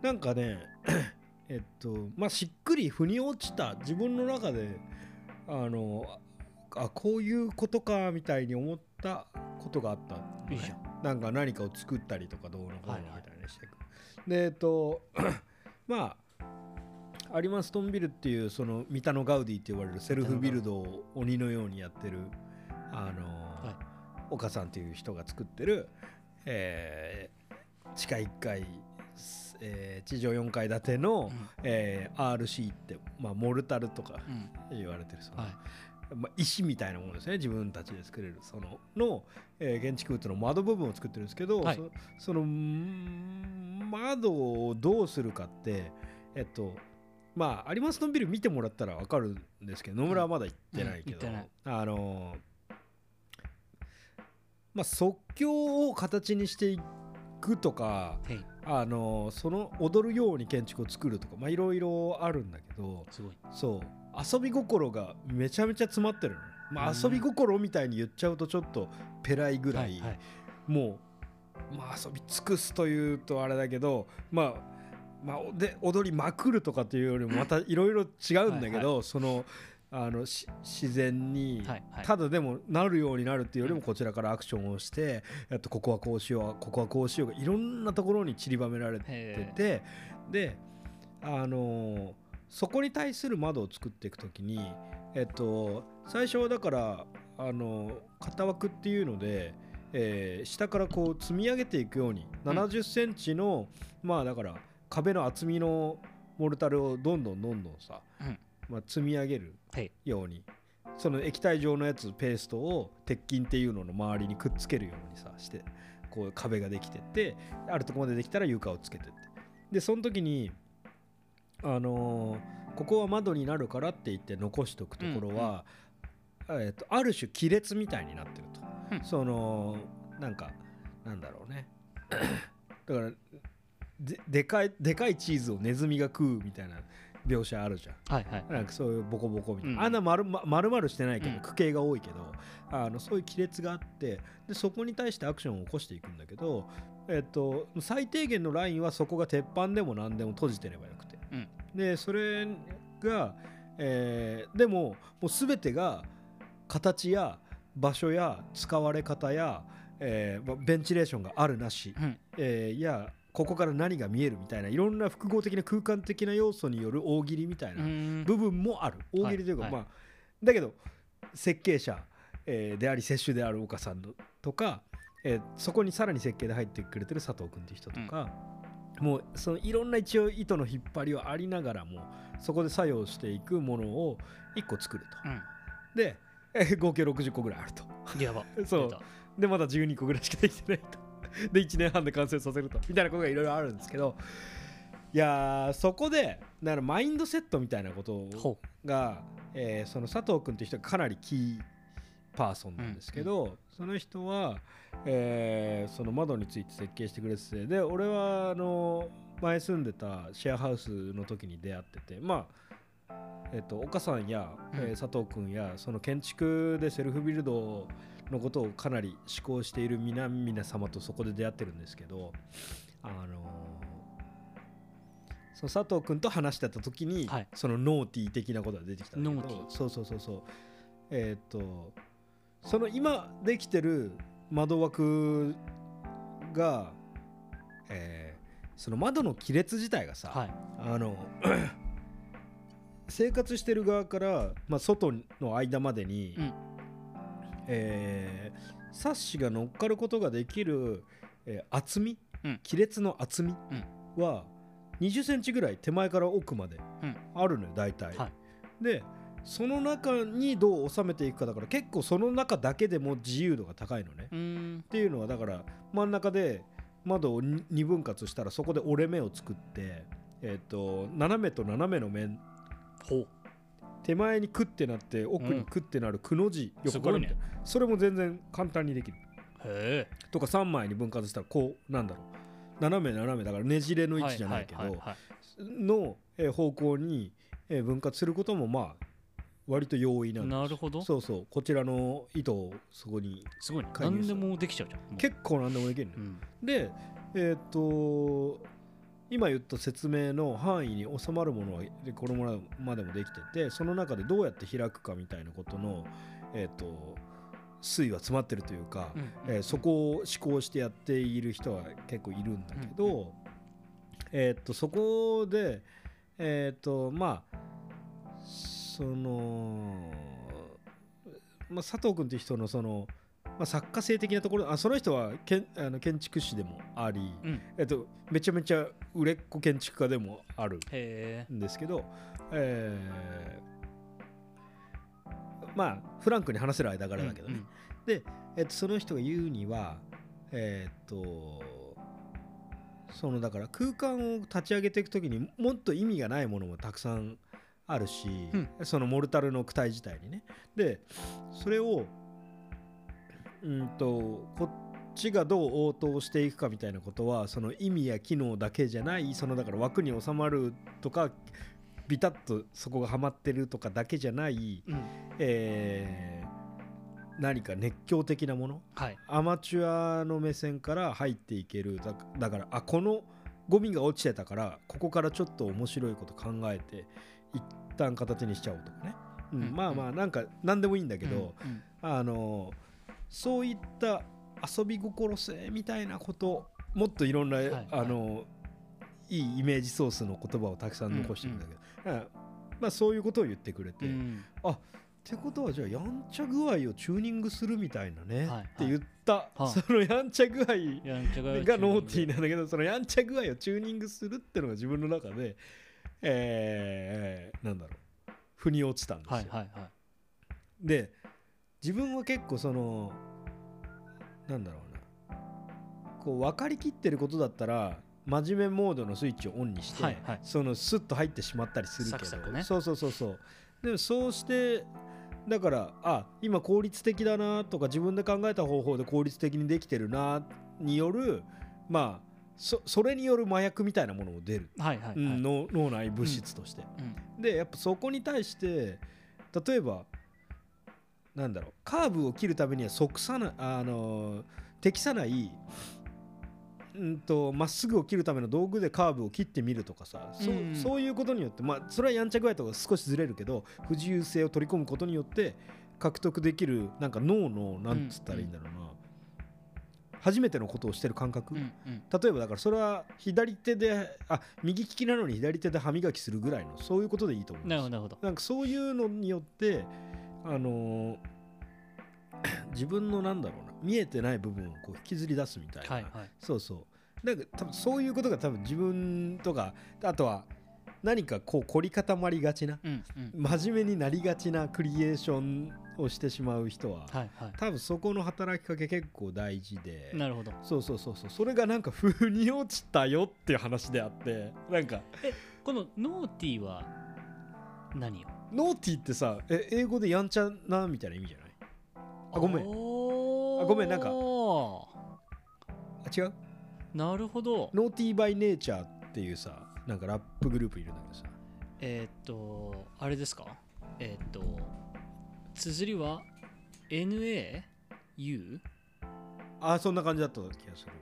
F: なんかね えっとまあしっくり腑に落ちた自分の中であのあこういうことかみたいに思ったことがあった
G: いいじゃん
F: なんか何かを作ったりとかどうのこうの
G: はい
F: み
G: はい
F: たいにしていく。でえっと まあ有馬ストンビルっていうその三田のガウディって言われるセルフビルドを鬼のようにやってるあの、
G: はい
F: 岡さんっていう人が作ってる、えー地下1階、えー地上4階建ての、
G: うん
F: えー RC って、まあ、モルタルとか
G: うん
F: 言われてるその、
G: はい
F: まあ、石みたいなものですね自分たちで作れるそのの、えー建築物の窓部分を作ってるんですけど、
G: はい
F: そそのん窓をどうするかってえっとまあ有馬ストンビル見てもらったら分かるんですけど野村はまだ行ってないけど、
G: うん行って
F: あのーまあ即興を形にしていくとか
G: てい
F: あのーその踊るように建築を作るとかまあいろいろあるんだけど、
G: すごい
F: そう遊び心がめちゃめちゃ詰まってるの、まあ、
G: うん
F: 遊び心みたいに言っちゃうとちょっとペライぐらい、
G: はいはい
F: もう、まあ、遊び尽くすというとあれだけど、まあまあ、おで踊りまくるとかというよりもまたいろいろ違うんだけど、そのあのし自然に、
G: はいはい
F: ただでもなるようになるっていうよりもこちらからアクションをして、えっと、ここはこうしようここはこうしようがいろんなところに散りばめられてって
G: へえ
F: てであのーそこに対する窓を作っていくときにえっと最初はだからあのー型枠っていうので、えー下からこう積み上げていくように
G: ん
F: 7 0センチの、まあだから壁の厚みのモルタルをどんどんどんどんさ、
G: うん
F: まあ、積み上げる
G: はい
F: ようにその液体状のやつペーストを鉄筋っていうのの周りにくっつけるようにさしてこう壁ができてってあるとこまでできたら床をつけてってでその時にあのーここは窓になるからって言って残しとくところは、えー、とある種亀裂みたいになってると、
G: うん
F: そのなんかなんだろうねだからででかいでかいチーズをネズミが食うみたいな描写あるじゃん
G: はいはい
F: なんかそういうボコボコみたい
G: う
F: な、
G: ん
F: あんな丸ま丸々してないけど、
G: うん
F: 区形が多いけどあのそういう亀裂があってでそこに対してアクションを起こしていくんだけど、えっと、最低限のラインはそこが鉄板でも何でも閉じてればよくて、
G: うん
F: でそれが、えーでももう全てが形や場所や使われ方や、えーまベンチレーションがあるなし、
G: うん
F: えーいやここから何が見えるみたいないろんな複合的な空間的な要素による大喜利みたいな
G: うん
F: 部分もある大喜利というか、
G: はい
F: まあだけど設計者、えーであり接種である岡さんのとか、えーそこにさらに設計で入ってくれてる佐藤君っていう人とか、もうそのいろんな一応糸の引っ張りはありながらもそこで作用していくものを1個作ると。で えー合計60個ぐらいあると。
G: うんやば
F: そ
G: 出
F: う
G: た
F: でまだ12個ぐらいしかできてないと で1年半で完成させるとみたいなことがいろいろあるんですけどいやーそこでだからマインドセットみたいなこと
G: ほ
F: が、えーその佐藤君っていう人がかなりキーパーソンなんですけど、その人は、えーその窓について設計してくれててで俺はあの前住んでたシェアハウスの時に出会っててまあえっと岡さんや、えー
G: うん
F: 佐藤君やその建築でセルフビルドのことをかなり思考している皆々様とそこで出会ってるんですけどあのその佐藤君と話してた時に、
G: はい
F: そのノーティー的なことが出てきたんだけど
G: ノーティー
F: そうそうそうそうえーっとその今できてる窓枠が、えーその窓の亀裂自体がさ、
G: はい
F: あの 生活してる側から、まあ、外の間までに、
G: うん
F: えーサッシが乗っかることができる、えー厚み、
G: うん
F: 亀裂の厚みは2 0ンチぐらい手前から奥まで
G: うん
F: あるのよ大体、
G: は
F: でその中にどう収めていくかだから結構その中だけでも自由度が高いのね、
G: うーん
F: っていうのはだから真ん中で窓をに二分割したらそこで折れ目を作って、えっと斜めと斜めの面
G: ほう
F: 手前にクッてなって奥にクッてなるくの字、
G: す
F: 横か
G: ご
F: ら
G: い
F: みたい
G: ね
F: な、それも全然簡単にできる
G: へえ
F: とか3枚に分割したらこうなんだろう斜め斜めだからねじれの位置じゃないけど、
G: はははい
F: の、えー方向に、えー分割することもまあ割と容易な
G: はい
F: ん
G: なる
F: です
G: ほど
F: そうそうこちらの糸をそこに
G: すごいね
F: 介入
G: 何で
F: する
G: もできちゃうじゃんもう
F: 結構何でもできるのよ
G: うん
F: でえーっと今言った説明の範囲に収まるものはでこのままでもできててその中でどうやって開くかみたいなことのえーっと推は詰まってるというか、
G: うん
F: えーそこを思考してやっている人は結構いるんだけど、えーっとそこでえーっとまあその、まあ、佐藤君っていう人のその、まあ、作家性的なところあその人はけんあの建築士でもあり、
G: うん
F: えーっと、めちゃめちゃ売れっ子建築家でもある
G: へえ
F: んですけど、えーまあフランクに話せる間柄だけどね、えっと、その人が言うにはえっとそのだから空間を立ち上げていくときにもっと意味がないものもたくさんあるし、
G: うん
F: そのモルタルの躯体自体にねでそれをうんとこっちがどう応答していくかみたいなことはその意味や機能だけじゃないそのだから枠に収まるとかビタッとそこがはまってるとかだけじゃない、
G: うんうん
F: えー何か熱狂的なもの
G: はい
F: アマチュアの目線から入っていけるだだからあこのゴミが落ちてたからここからちょっと面白いこと考えて一旦形にしちゃおうとかね、うん
G: うん
F: まあまあなんか何でもいいんだけど、
G: うんうん
F: あのそういった遊び心性みたいなこともっといろんな、
G: はい
F: あのいいイメージソースの言葉をたくさん残してるんだけど、うんまあそういうことを言ってくれて、
G: うん
F: ってことはじゃあやんちゃ具合をチューニングするみたいなね、
G: はい
F: って言った、
G: はい
F: そのやんちゃ具合
G: やんちゃが
F: がノーティーなんだけどそのやんちゃ具合をチューニングするってのが自分の中でえー、なんだろう腑に落ちたんですよ。
G: はいはいはい
F: で自分は結構そのなんだろうなこう分かりきってることだったら真面目モードのスイッチをオンにして、
G: はいはい
F: そのスッと入ってしまったりするけど
G: サクサクね
F: そうそうそうそうでもそうしてだからあ今効率的だなとか自分で考えた方法で効率的にできてるなによるまあそそれによる麻薬みたいなものも出る、
G: はいはいはい
F: うん脳脳内物質として、
G: うん
F: でやっぱそこに対して例えばなんだろうカーブを切るためには即さなあのー適さないうんとまっすぐを切るための道具でカーブを切ってみるとかさそ,、う
G: うん
F: そういうことによってまあそれはやんちゃ具合とか少しずれるけど不自由性を取り込むことによって獲得できるなんか脳のなんつったらいいんだろうな、初めてのことをしてる感覚、
G: うんうん
F: 例えばだからそれは左手であ右利きなのに左手で歯磨きするぐらいのそういうことでいいと思うんで
G: な
F: す
G: るほどなるほど
F: なんかそういうのによってあのー自分のなんだろうな見えてない部分をこう引きずり出すみたいな、
G: はいはい
F: そうそうなんか多分そういうことが多分自分とかあとは何かこう凝り固まりがちな
G: うんうん
F: 真面目になりがちなクリエーションをしてしまう人は、
G: はいは
F: 多分そこの働きかけ結構大事で
G: いなるほど
F: そうそうそうそうそれがなんか風に落ちたよっていう話であってなんか
G: このノーティーは何よ
F: ノーティーってさえ英語でやんちゃなみたいな意味じゃないあごめん
G: あ
F: ごめんなんかあ違う
G: なるほど
F: ノーティーバイネイチャーっていうさなんかラップグループいるんだけどさ
G: えーっとあれですかえーっと綴りは NAU
F: あそんな感じだった気がする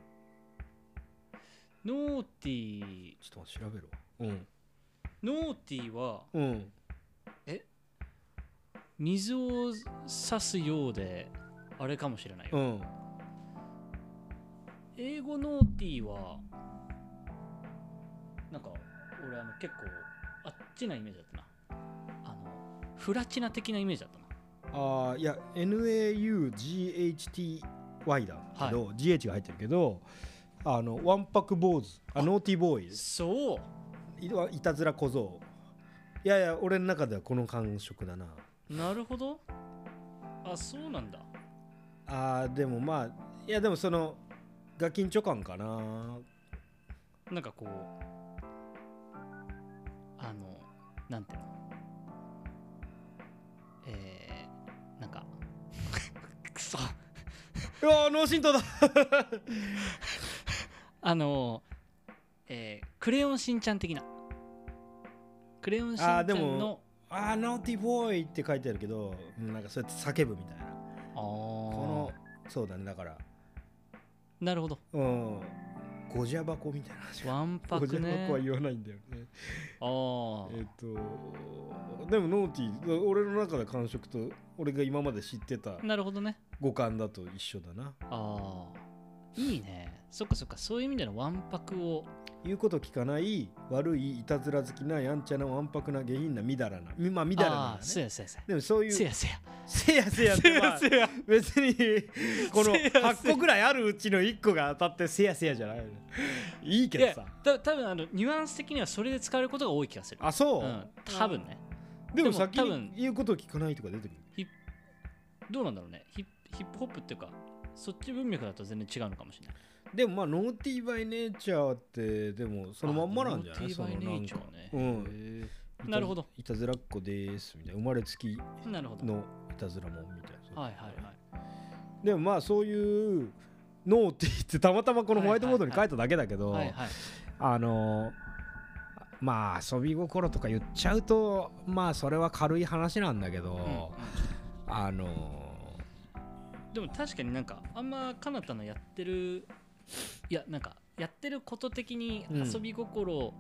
G: ノーティー
F: ちょっと待って調べるわうん
G: ノーティーは
F: うん
G: 水を差すようであれかもしれないよ、
F: うん
G: 英語ノーティーはなんか俺あの結構あっちなイメージだったなあのフラチナ的なイメージだったな
F: ああいや NAUGHTY だけど、GH が入ってるけどあのわんぱく坊主あノーティーボーイです
G: そう
F: いいたずら小僧いやいや俺の中ではこの感触だな
G: なるほどあそうなんだ
F: あーでもまあいやでもそのガキンチョ感かな
G: なんかこうあのなんていうのえー、なんか く
F: うわー脳震盪だ
G: あのえークレヨンしんちゃん的なクレヨンしんちゃ
F: あーで
G: ん
F: も
G: の
F: あーノーティーボーイって書いてあるけどうんなんかそうやって叫ぶみたいな
G: あ
F: こ
G: こ
F: のそうだねだから
G: なるほど
F: うんごじゃ箱みたいな話
G: わんぱ
F: ごじ
G: く
F: ゃ
G: ね
F: 箱は言わないんだよね
G: あー
F: えっ、とでもノーティー俺の中で感触と俺が今まで知ってた
G: なるほどね
F: 五感だと一緒だな
G: ああいいねそっかそっかそういう意味でのわんぱくを
F: 言うこと聞かない悪いいたずら好きなやんちゃなわんぱくな下品なみだらなみまあみだら
G: あ
F: な
G: あ
F: だ
G: せ
F: ね
G: やせやせや
F: でもそういう
G: せやせや
F: せやせやって、まあ、
G: せや
F: 別にこの
G: せやせや
F: 8個ぐらいあるうちの1個が当たってせやせやじゃないよねいいけ
G: い
F: ど
G: や
F: さ
G: た多分あのニュアンス的にはそれで使われることが多い気がする
F: あそう、
G: うん多分ね
F: で
G: で
F: も
G: も
F: 先
G: 多分
F: に言うこと聞かないとか出てくる
G: どうなんだろうねヒップヒップホップっていうかそっち文脈だと全然違うのかもしれない
F: でもまあノーティーバイネイチャーってでもそのまんまなんじゃない
G: あ
F: そ
G: ノ
F: の
G: ーティーバイネイチャ
F: なんか
G: ーね
F: うん
G: へ
F: いた
G: なるほど
F: いたずらっ子ですみたいな生まれつき
G: えなるほど
F: のいたずらもんみたいな
G: はいはいはい
F: でもまあそういうノーティーってたまたまこのホワイトボードに書いただけだけど
G: はいはい
F: あのーまあ遊び心とか言っちゃうとまあそれは軽い話なんだけど、あの
G: でも確かになんかあんまかなたのやってるいやなんかやってること的に
F: うん
G: 遊び心を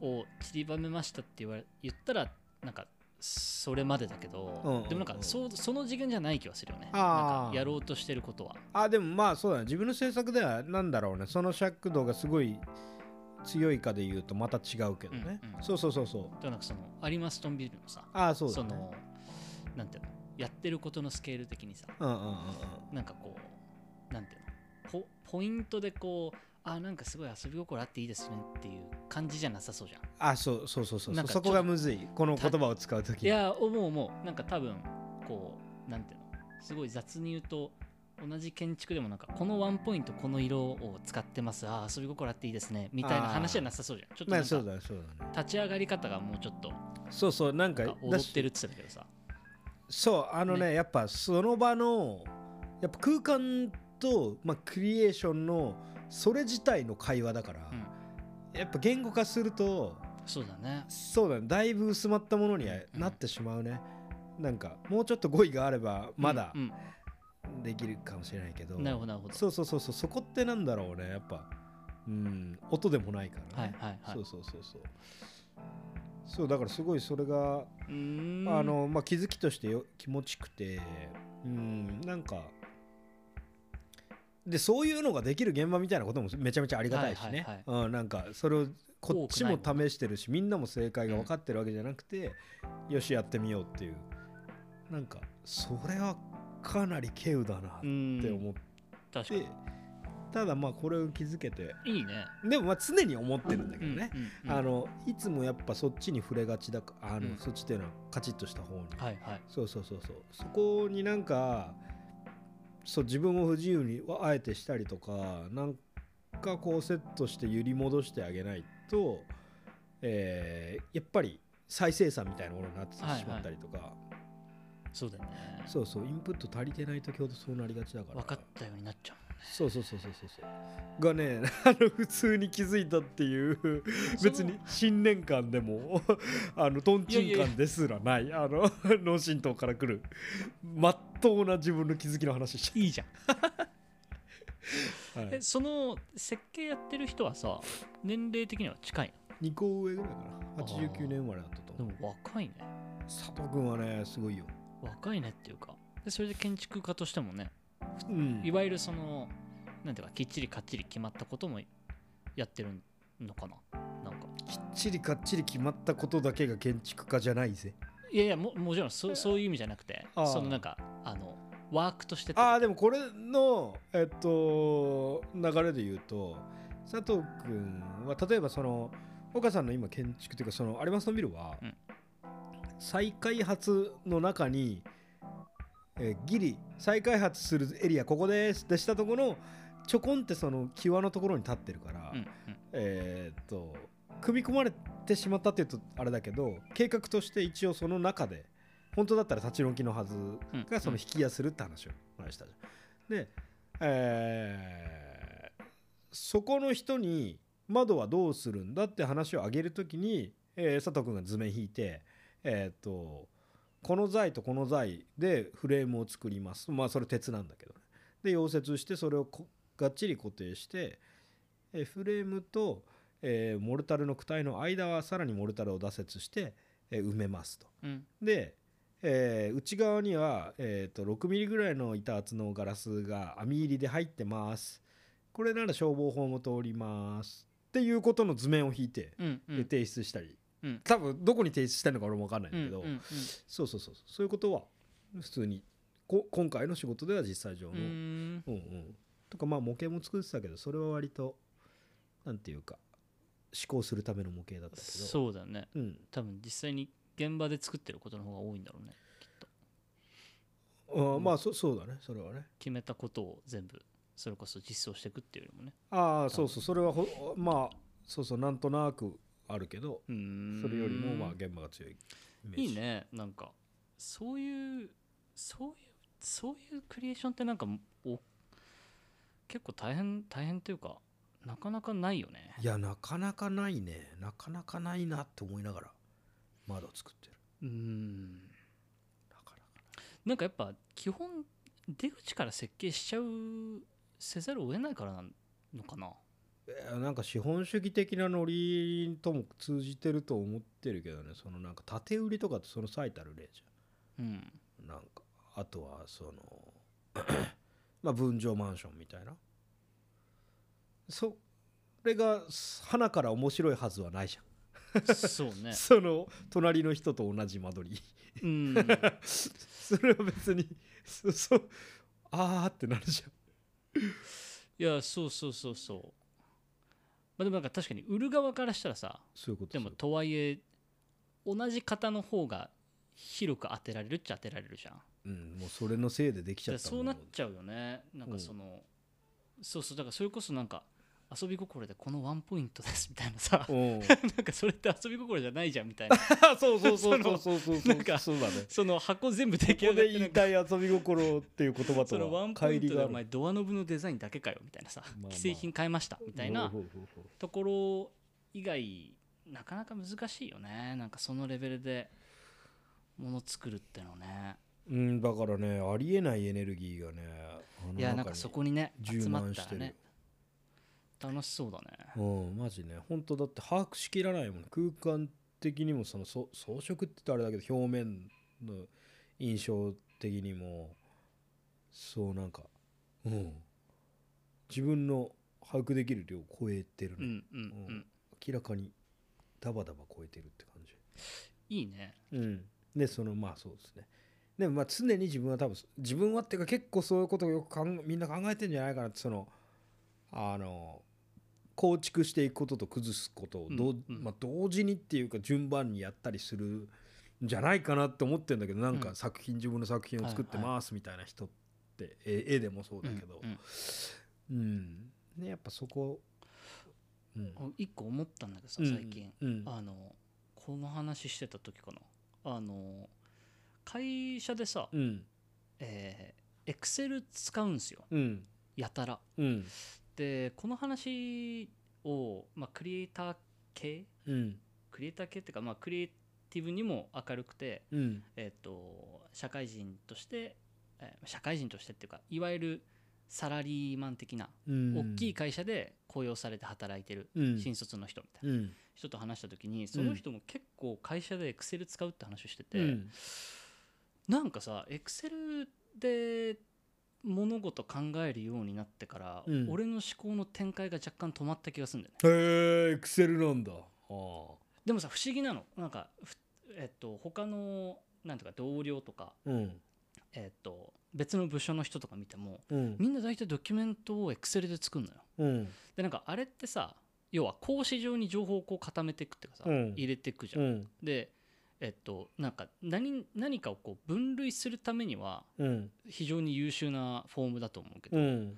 G: 散りばめましたって言われ言ったらなんかそれまでだけど、
F: うんうんうん
G: でもなんかそうその次元じゃない気はするよね
F: あー
G: なんかやろうとしてることは
F: あでもまあそうだね自分の制作ではなんだろうねその尺度がすごい強いかで言うとまた違うけどね、
G: うんうん
F: そうそうそうそう
G: でもなんかそのアリマストンビルのさ
F: ああそうだね
G: のなんていうのやってることのスケール的にさ
F: うんうんうんうん
G: なんかこうなんていうのポポイントでこうあなんかすごい遊び心あっていいですねっていう感じじゃなさそうじゃん
F: あそうそうそうそう
G: なん
F: そう
G: か
F: そこがむずいこの言葉を使う時
G: いや思う思うなんか多分こうなんていうのすごい雑に言うと同じ建築でもなんかこのワンポイントこの色を使ってますあー遊び心あっていいですねみたいな話はなさそうじゃんちょっとな
F: まあ
G: んか
F: そうだねそうだね
G: 立ち上がり方がもうちょっと
F: そうそうなんか
G: なんか踊ってるって言ってたけどさ
F: そうあのねやっぱその場のやっぱ空間と、まあ、クリエーションのそれ自体の会話だから、やっぱ言語化すると
G: そうだね
F: そうだねだいぶ薄まったものには
G: うん
F: なってしまうね、なんかもうちょっと語彙があればまだ
G: うん
F: できるかもしれないけど、
G: うんなるほどなるほど
F: そうそうそうそうそこってなんだろうねやっぱうん音でもないから、
G: はい
F: ね
G: はいはい
F: そうそうそうそうそうだからすごいそれが
G: うーん
F: あのまあ、気づきとしてよ気持ちくてうんなんかでそういうのができる現場みたいなこともめちゃめちゃありがたいしね、
G: はい
F: うん、なんかそれをこっちも
G: 多くない
F: 試してるしみんなも正解が分かってるわけじゃなくて、よしやってみようっていうなんかそれはかなり稀有だな
G: う
F: っ
G: ん
F: て思っ
G: 確か
F: て、ただまあこれを気づけて
G: にいいね
F: でもまあ常に思ってるんだけ
G: う
F: ど
G: ん
F: ね、
G: うんうん
F: あのいつもやっぱそっちに触れがちだかあ
G: う
F: の、
G: ん
F: そっちっていうのはカチッとした方に、
G: はいはい
F: そうそうそうそうそこになんかそう自分を不自由にあえてしたりとかなんかこうセットして揺り戻してあげないと、えーやっぱり再生産みたいなものになってしまったりとか、
G: そうだよね
F: そうそうインプット足りてない時ほどそうなりがちだから
G: 分かったようになっちゃう
F: そうそうそうそうそうそうがねあの普通に気づいたっていう別に新年間でも あのトンチン感ですらないあの 脳震盪から来るまっとうな自分の気づきの話しち
G: いいじゃん
F: ゃう、はい
G: えその設計やってる人はさ年齢的には近いの
F: 2個上ぐらいかな
G: あー
F: 89年生まれだったと
G: で
F: 思う
G: も若いね
F: 佐藤君はねすごいよ
G: 若いねっていうかでそれで建築家としてもね
F: うん
G: いわゆるそのなんていうかきっちりかっちり決まったこともやってるのかななんか
F: きっちりかっちり決まったことだけが建築家じゃないぜ
G: いやいやももちろんそそういう意味じゃなくて
F: あー
G: そのなんかあのワークとしてって
F: ああでもこれのえっと流れで言うと佐藤君は例えばその岡さんの今建築というかその有馬スのビルは、
G: うん
F: 再開発の中に、えーギリ再開発するエリアここですってしたところのちょこんってその際のところに立ってるから、
G: うんうん
F: えーっと組み込まれてしまったっていうとあれだけど計画として一応その中で本当だったら立ち退きのはず
G: うん
F: がその引き屋するって話を話したじゃん。で、えーそこの人に窓はどうするんだって話を上げるときに、えー佐藤君が図面引いて、えーっとこの材とこの材でフレームを作りますまあそれ鉄なんだけどね。で溶接してそれをこがっちり固定して、えーフレームと、えーモルタルの躯体の間はさらにモルタルを打設して、えー埋めますと。
G: うん
F: で、えー内側には、えー、と6ミリぐらいの板厚のガラスが網入りで入ってます。これなら消防法も通ります。っていうことの図面を引いて、
G: うんう
F: で
G: ん
F: 提出したり、
G: うん
F: 多分どこに提出したのか俺も分かんないん
G: うん
F: だ
G: う
F: け
G: ん
F: ど、
G: うん
F: そうそうそうそういうことは普通にこ今回の仕事では実際上の、
G: うーん
F: うんうん、とかまあ模型も作ってたけどそれは割となんていうか思考するための模型だったけど
G: そうだね
F: う、ん、
G: 多分実際に現場で作ってることの方が多いんだろうねきっと
F: あーまあそそうだねそれはね
G: 決めたことを全部それこそ実装していくっていうよりもね
F: ああそうそうそれはほまあそうそうなんとなくあるけど
G: うーん
F: それよりもまあ現場が強いイメージ
G: いいねなんかそういうそういうそういうクリエーションってなんかお結構大変大変というかなかなかないよね
F: いやなかなかないねなかなかないなって思いながら窓を作ってる
G: うーん
F: なかなか
G: なんかやっぱ基本出口から設計しちゃうせざるを得ないからなのかな
F: えーなんか資本主義的なノリとも通じてると思ってるけどねそのなんか縦売りとかってその最たる例じ
G: うん
F: ゃんなんかあとはその まあ分譲マンションみたいなそれが花から面白いはずはないじ
G: そう
F: ゃ ん、
G: ね
F: その隣の人と同じ間取り
G: うん
F: それは別にそそあーってなるじゃん
G: いやそうそうそうそうまあでもなんか確かに売る側からしたらさ
F: そういうこと
G: でもとはいえ同じ型の方が広く当てられるっちゃ当てられるじゃん
F: うん、もうそれのせいでできちゃった
G: そうなっ
F: もん
G: ちゃうよねなんかその、そうそうだからそれこそなんか遊び心でこのワンポイントですみたいなさ
F: うん
G: なんかそれって遊び心じゃないじゃんみたい な
F: そうそうそうそうそうそうそう
G: なんか
F: そうだね
G: その箱全部出来
F: こ
G: 上がっ
F: こで
G: て
F: 言
G: ないんか
F: たい遊び心っていう言葉
G: そ
F: と
G: のワ
F: は
G: ンポイ
F: 乖
G: ン
F: 離
G: トで
F: があ
G: お
F: る
G: 前ドアノブのデザインだけかよみたいなさ、
F: まあ
G: 既製品買いましたみたいな
F: ほうほうほうほう
G: ところ以外なかなか難しいよねなんかそのレベルでもの作るってのね
F: うんだからねありえないエネルギーがねあの中に
G: いやなんかそこにね
F: 充
G: 集まっ
F: 満
G: た
F: し
G: ら
F: てる
G: ね楽しそうだね
F: うんマジね本当だって把握しきらないもん空間的にもそのそ装飾って言ったらあれだけど表面の印象的にもそうなんかうん自分の把握できる量を超えてる
G: う
F: ね、
G: んうんう
F: うん
G: ん
F: 明らかにダバダバ超えてるって感じ
G: いいね
F: うん、でそのまあそうですねでもまあ常に自分は多分自分はっていうか結構そういうことをよく考えみんな考えてんじゃないかなってそのあの構築していくことと崩すことをどう、
G: うんうん
F: まあ、同時にっていうか順番にやったりするんじゃないかなって思ってるんだけどなん
G: う
F: か
G: ん
F: 作品、自分の作品を作って
G: はいは
F: ますみたいな人って、絵絵でもそうだけど
G: うんうん
F: うん、ねやっぱそこ、うん
G: あ一個思ったんだけどさ
F: うん
G: 最近、
F: うん
G: あのこの話してた時かなあの会社でさ
F: うん
G: えエクセル使うんすよ
F: うん
G: やたら
F: うん
G: でこの話を、まあ、クリエイター系
F: うん
G: クリエイター系っていうか、まあ、クリエイティブにも明るくて、
F: うん
G: えっと社会人として、えー社会人としてっていうかいわゆるサラリーマン的な、
F: うん
G: 大きい会社で雇用されて働いてる
F: うん
G: 新卒の人みたいな
F: うん
G: 人と話した時にその人も結構会社でエクセル使うって話をしてて、
F: うん
G: なんかさエクセルで物事考えるようになってから、
F: うん
G: 俺の思考の展開が若干止まった気がするんだよね
F: へえエクセルなんだああ
G: でもさ不思議なのなんかふえっと他のなんとか同僚とか
F: うん
G: えっと別の部署の人とか見ても
F: うん
G: みんな大体ドキュメントをエクセルで作るのよ
F: うん
G: でなんかあれってさ要は格子状に情報をこう固めていくっていうかさ、
F: うん
G: 入れていくじゃ、
F: うんん
G: でえっとなんか何何かをこう分類するためには
F: うん
G: 非常に優秀なフォームだと思うけど、
F: うん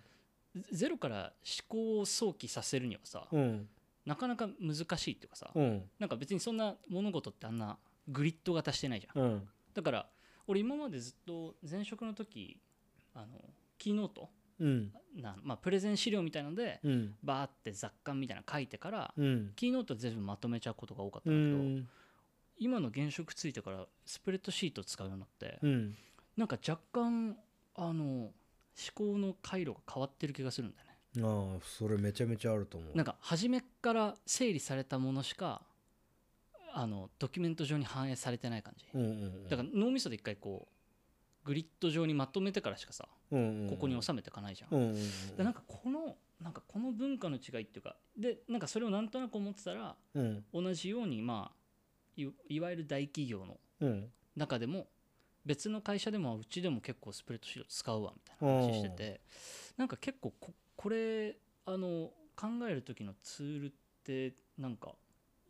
G: ゼロから思考を想起させるにはさ、
F: うん
G: なかなか難しいっていうかさ、
F: うん
G: なんか別にそんな物事ってあんなグリッド型してないじゃん、
F: うん
G: だから俺今までずっと前職の時あのキーノート
F: うん
G: な、まあ、プレゼン資料みたいので
F: うん
G: バーって雑感みたいなの書いてから、
F: うん
G: キーノート全部まとめちゃうことが多かった
F: うん
G: だけど、
F: ん
G: 今の現職ついてからスプレッドシート使うようになって、
F: うん
G: なんか若干あの思考の回路が変わってる気がするんだよね
F: ああそれめちゃめちゃあると思う
G: なんか初めから整理されたものしかあのドキュメント上に反映されてない感じ、
F: うんうん
G: だから脳みそで一回こうグリッド上にまとめてからしかさ
F: らうん
G: ここに収めていかないじゃん、
F: うんうん
G: でなんかこのなんかこの文化の違いっていうかでなんかそれをなんとなく思ってたら
F: うん
G: 同じようにまあいいわゆる大企業の
F: うん
G: 中でも別の会社でもうちでも結構スプレッドシート使うわみたいな話しててなんか結構ここれあの考える時のツールってなんか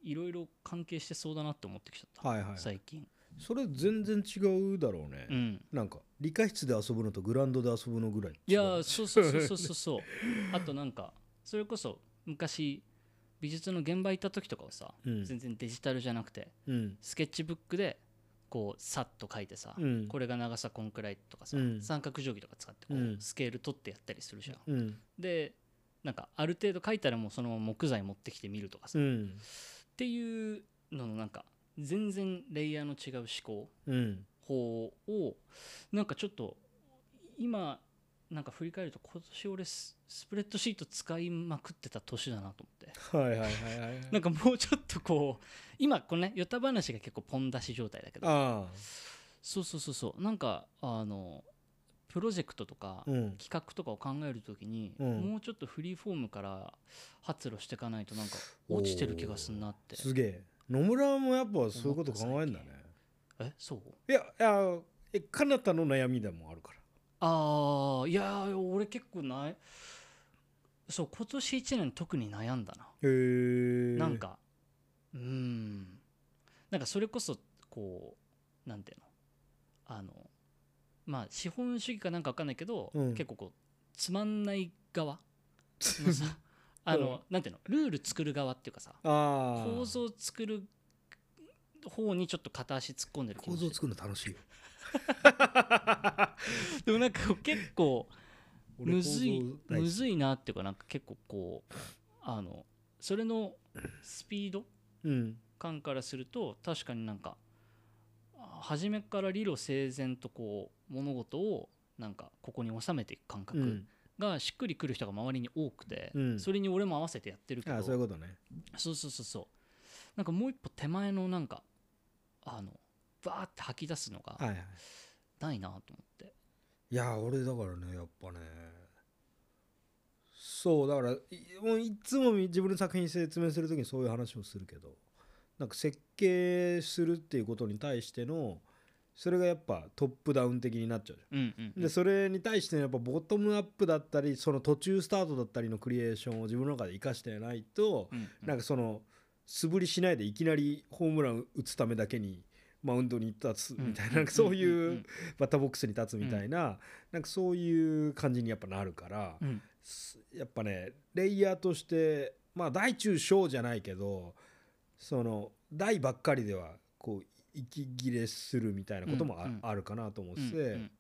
G: いろいろ関係してそうだなって思ってきちゃった、
F: はいはい
G: 最近
F: それ全然違うだろうね
G: うん
F: なんか理科室で遊ぶのとグラウンドで遊ぶのぐらい
G: いやーそうそうそうそうそうそうあとなんかそれこそ昔美術の現場行った時とかはさ、
F: うん
G: 全然デジタルじゃなくて
F: うん
G: スケッチブックでこうさっと書いてさ、
F: うん
G: これが長さこんくらいとかさ、
F: うん
G: 三角定規とか使ってこう、
F: うん
G: スケール取ってやったりするじゃん、
F: うん
G: でなんかある程度書いたらもうそのまま木材持ってきてみるとかさ、
F: う
G: っ
F: ん
G: ていうののなんか全然レイヤーの違う思考
F: うん
G: 方をなんかちょっと今なんか振り返ると今年俺ススプレッドシート使いまくってた年だなと思って
F: はいはいはいはい
G: なんかもうちょっとこう今このねヨタ話が結構ポン出し状態だけど
F: ああ
G: そうそうそうそうなんかあのプロジェクトとか
F: うん
G: 企画とかを考えるときに、
F: うん
G: もうちょっとフリーフォームから発露していかないとなんか落ちてる気がすんなって
F: すげえ野村もやっぱそういうこと考えんだね
G: えそう
F: いやいやえかなたの悩みでもあるから
G: ああいやー俺結構ないそう今年1年特に悩んだな、
F: へえ
G: なんかうーんなんかそれこそこうなんていうのあのまあ資本主義かなんかわかんないけど、
F: うん
G: 結構こうつまんない側の さあの、なんていうのルール作る側っていうかさ
F: ああ
G: 構造作る方にちょっと片足突っ込んでる気
F: 構
G: もす
F: 造
G: る
F: 作るの楽しいよ
G: でもなんか結構
F: 俺
G: むずい
F: 構造大好き
G: むずいなっていうかなんか結構こうあのそれのスピード
F: うん
G: 感からすると確かになんかあ初めから理路整然とこう物事をなんかここに収めていく感
F: う
G: 覚
F: ん
G: がしっくりくる人が周りに多くて、
F: うん
G: それに俺も合わせてやってるけ
F: あ
G: ど
F: あそういうことね
G: そうそうそうそうなんかもう一歩手前のなんかあのバーって吐き出すの
F: はい
G: が
F: はい
G: ないなと思って、
F: いや俺だからねやっぱねそうだからいもういつも自分の作品説明する時にそういう話をするけどなんか設計するっていうことに対してのそれがやっぱトップダウン的になっちゃうじゃん。
G: うんうんうん
F: でそれに対してのやっぱボトムアップだったりその途中スタートだったりのクリエーションを自分の中で生かしてないと
G: うんうん
F: なんかその素振りしないでいきなりホームラン打つためだけにマウンドに立つみたいな,、なんかそうい
G: んうん
F: うバッターボックスに立つみたいな,、なんかそういう感じにやっぱなるから、
G: うん
F: すやっぱねレイヤーとしてまあ大中小じゃないけどその大ばっかりではこう息切れするみたいなこともあ,、
G: うんうん
F: あるかなと思っ
G: う
F: て、
G: んうん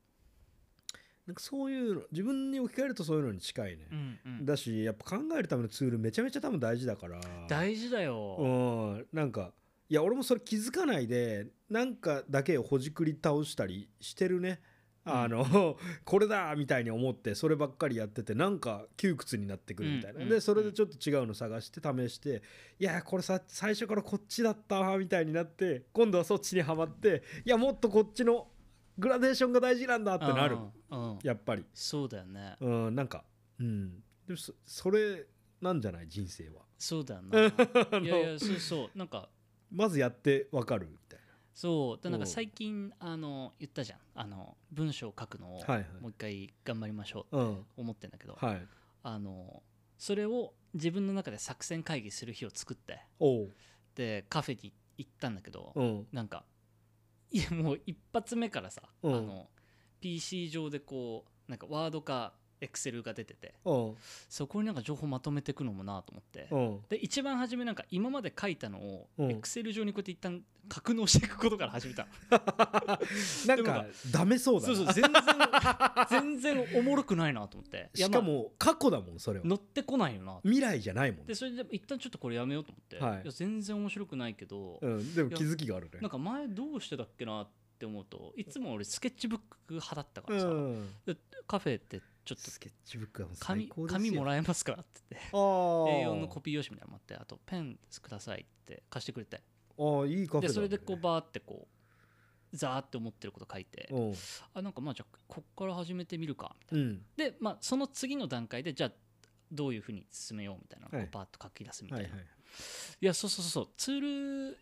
F: なんかそういうの自分に置き換えるとそういうのに近いね
G: う、んうん
F: だしやっぱ考えるためのツールめちゃめちゃ多分大事だから
G: 大事だよ、
F: うんなんかいや俺もそれ気づかないでなんかだけをほじくり倒したりしてるねあの これだみたいに思ってそればっかりやっててなんか窮屈になってくるみたいな、
G: うんうん
F: でそれでちょっと違うの探して試していやこれさ最初からこっちだったわみたいになって今度はそっちにはまっていやもっとこっちのグラデーションが大事なんだってなる
G: うんうん
F: やっぱり
G: そうだよね
F: うんなんかうんでもそそれなんじゃない人生は
G: そうだよ な
F: の
G: いやいやそう そうなんか
F: まずやってわかるみたい
G: そうでなんか
F: うん
G: 最近あの言ったじゃんあの文章を書くのを
F: はいはい
G: もう一回頑張りましょう
F: なうん
G: 思ってんだけど、
F: はい
G: あのそれを自分の中で作戦会議する日を作って
F: おう
G: でカフェに行ったんだけど、
F: うん
G: なんかいやもう一発目からさ、
F: うん
G: あの PC 上でこうなんかワードかエクセルが出てて
F: うん
G: そこになんか情報まとめていくのもなと思って、
F: うん
G: で一番初めなんか今まで書いたのを
F: うん
G: エクセル上にこうやって一旦格納していくことから始め たの
F: なん
G: でもな
F: か
G: んか
F: ダメそうだ
G: そう
F: な
G: そう全然全然おもろくないなと思っていや
F: しか
G: ま
F: も過去だもんそれ
G: あ
F: は
G: 乗ってこないよな
F: 未来じゃないもん
G: でそれで一旦ちょっとこれやめようと思って、
F: はい
G: いや全然面白くないけど、
F: うんでも気づきがあるね
G: なんか前どうしてたっけなって思うといつも俺スケッチブック派だったか
F: う
G: らさ、
F: ん
G: カフェってちょっと
F: スケッチブックはもう最
G: 紙
F: 高ですよ
G: 紙も
F: え
G: らえますからって言って
F: あー
G: A4 のコピー用紙みたいなのもあってあとペンくださいって貸してくれて
F: あーいいカフェだね
G: でそれでこうバーってこうザーって思ってること書いて
F: うん
G: あなんかまあじゃあこっから始めてみるかみたいな
F: うん
G: で、まあ、その次の段階でじゃあどういうふうに進めようみたいなのをこう
F: はい
G: バーッと書き出すみた
F: はいい
G: な、
F: はい
G: いやそうそうそうそうツール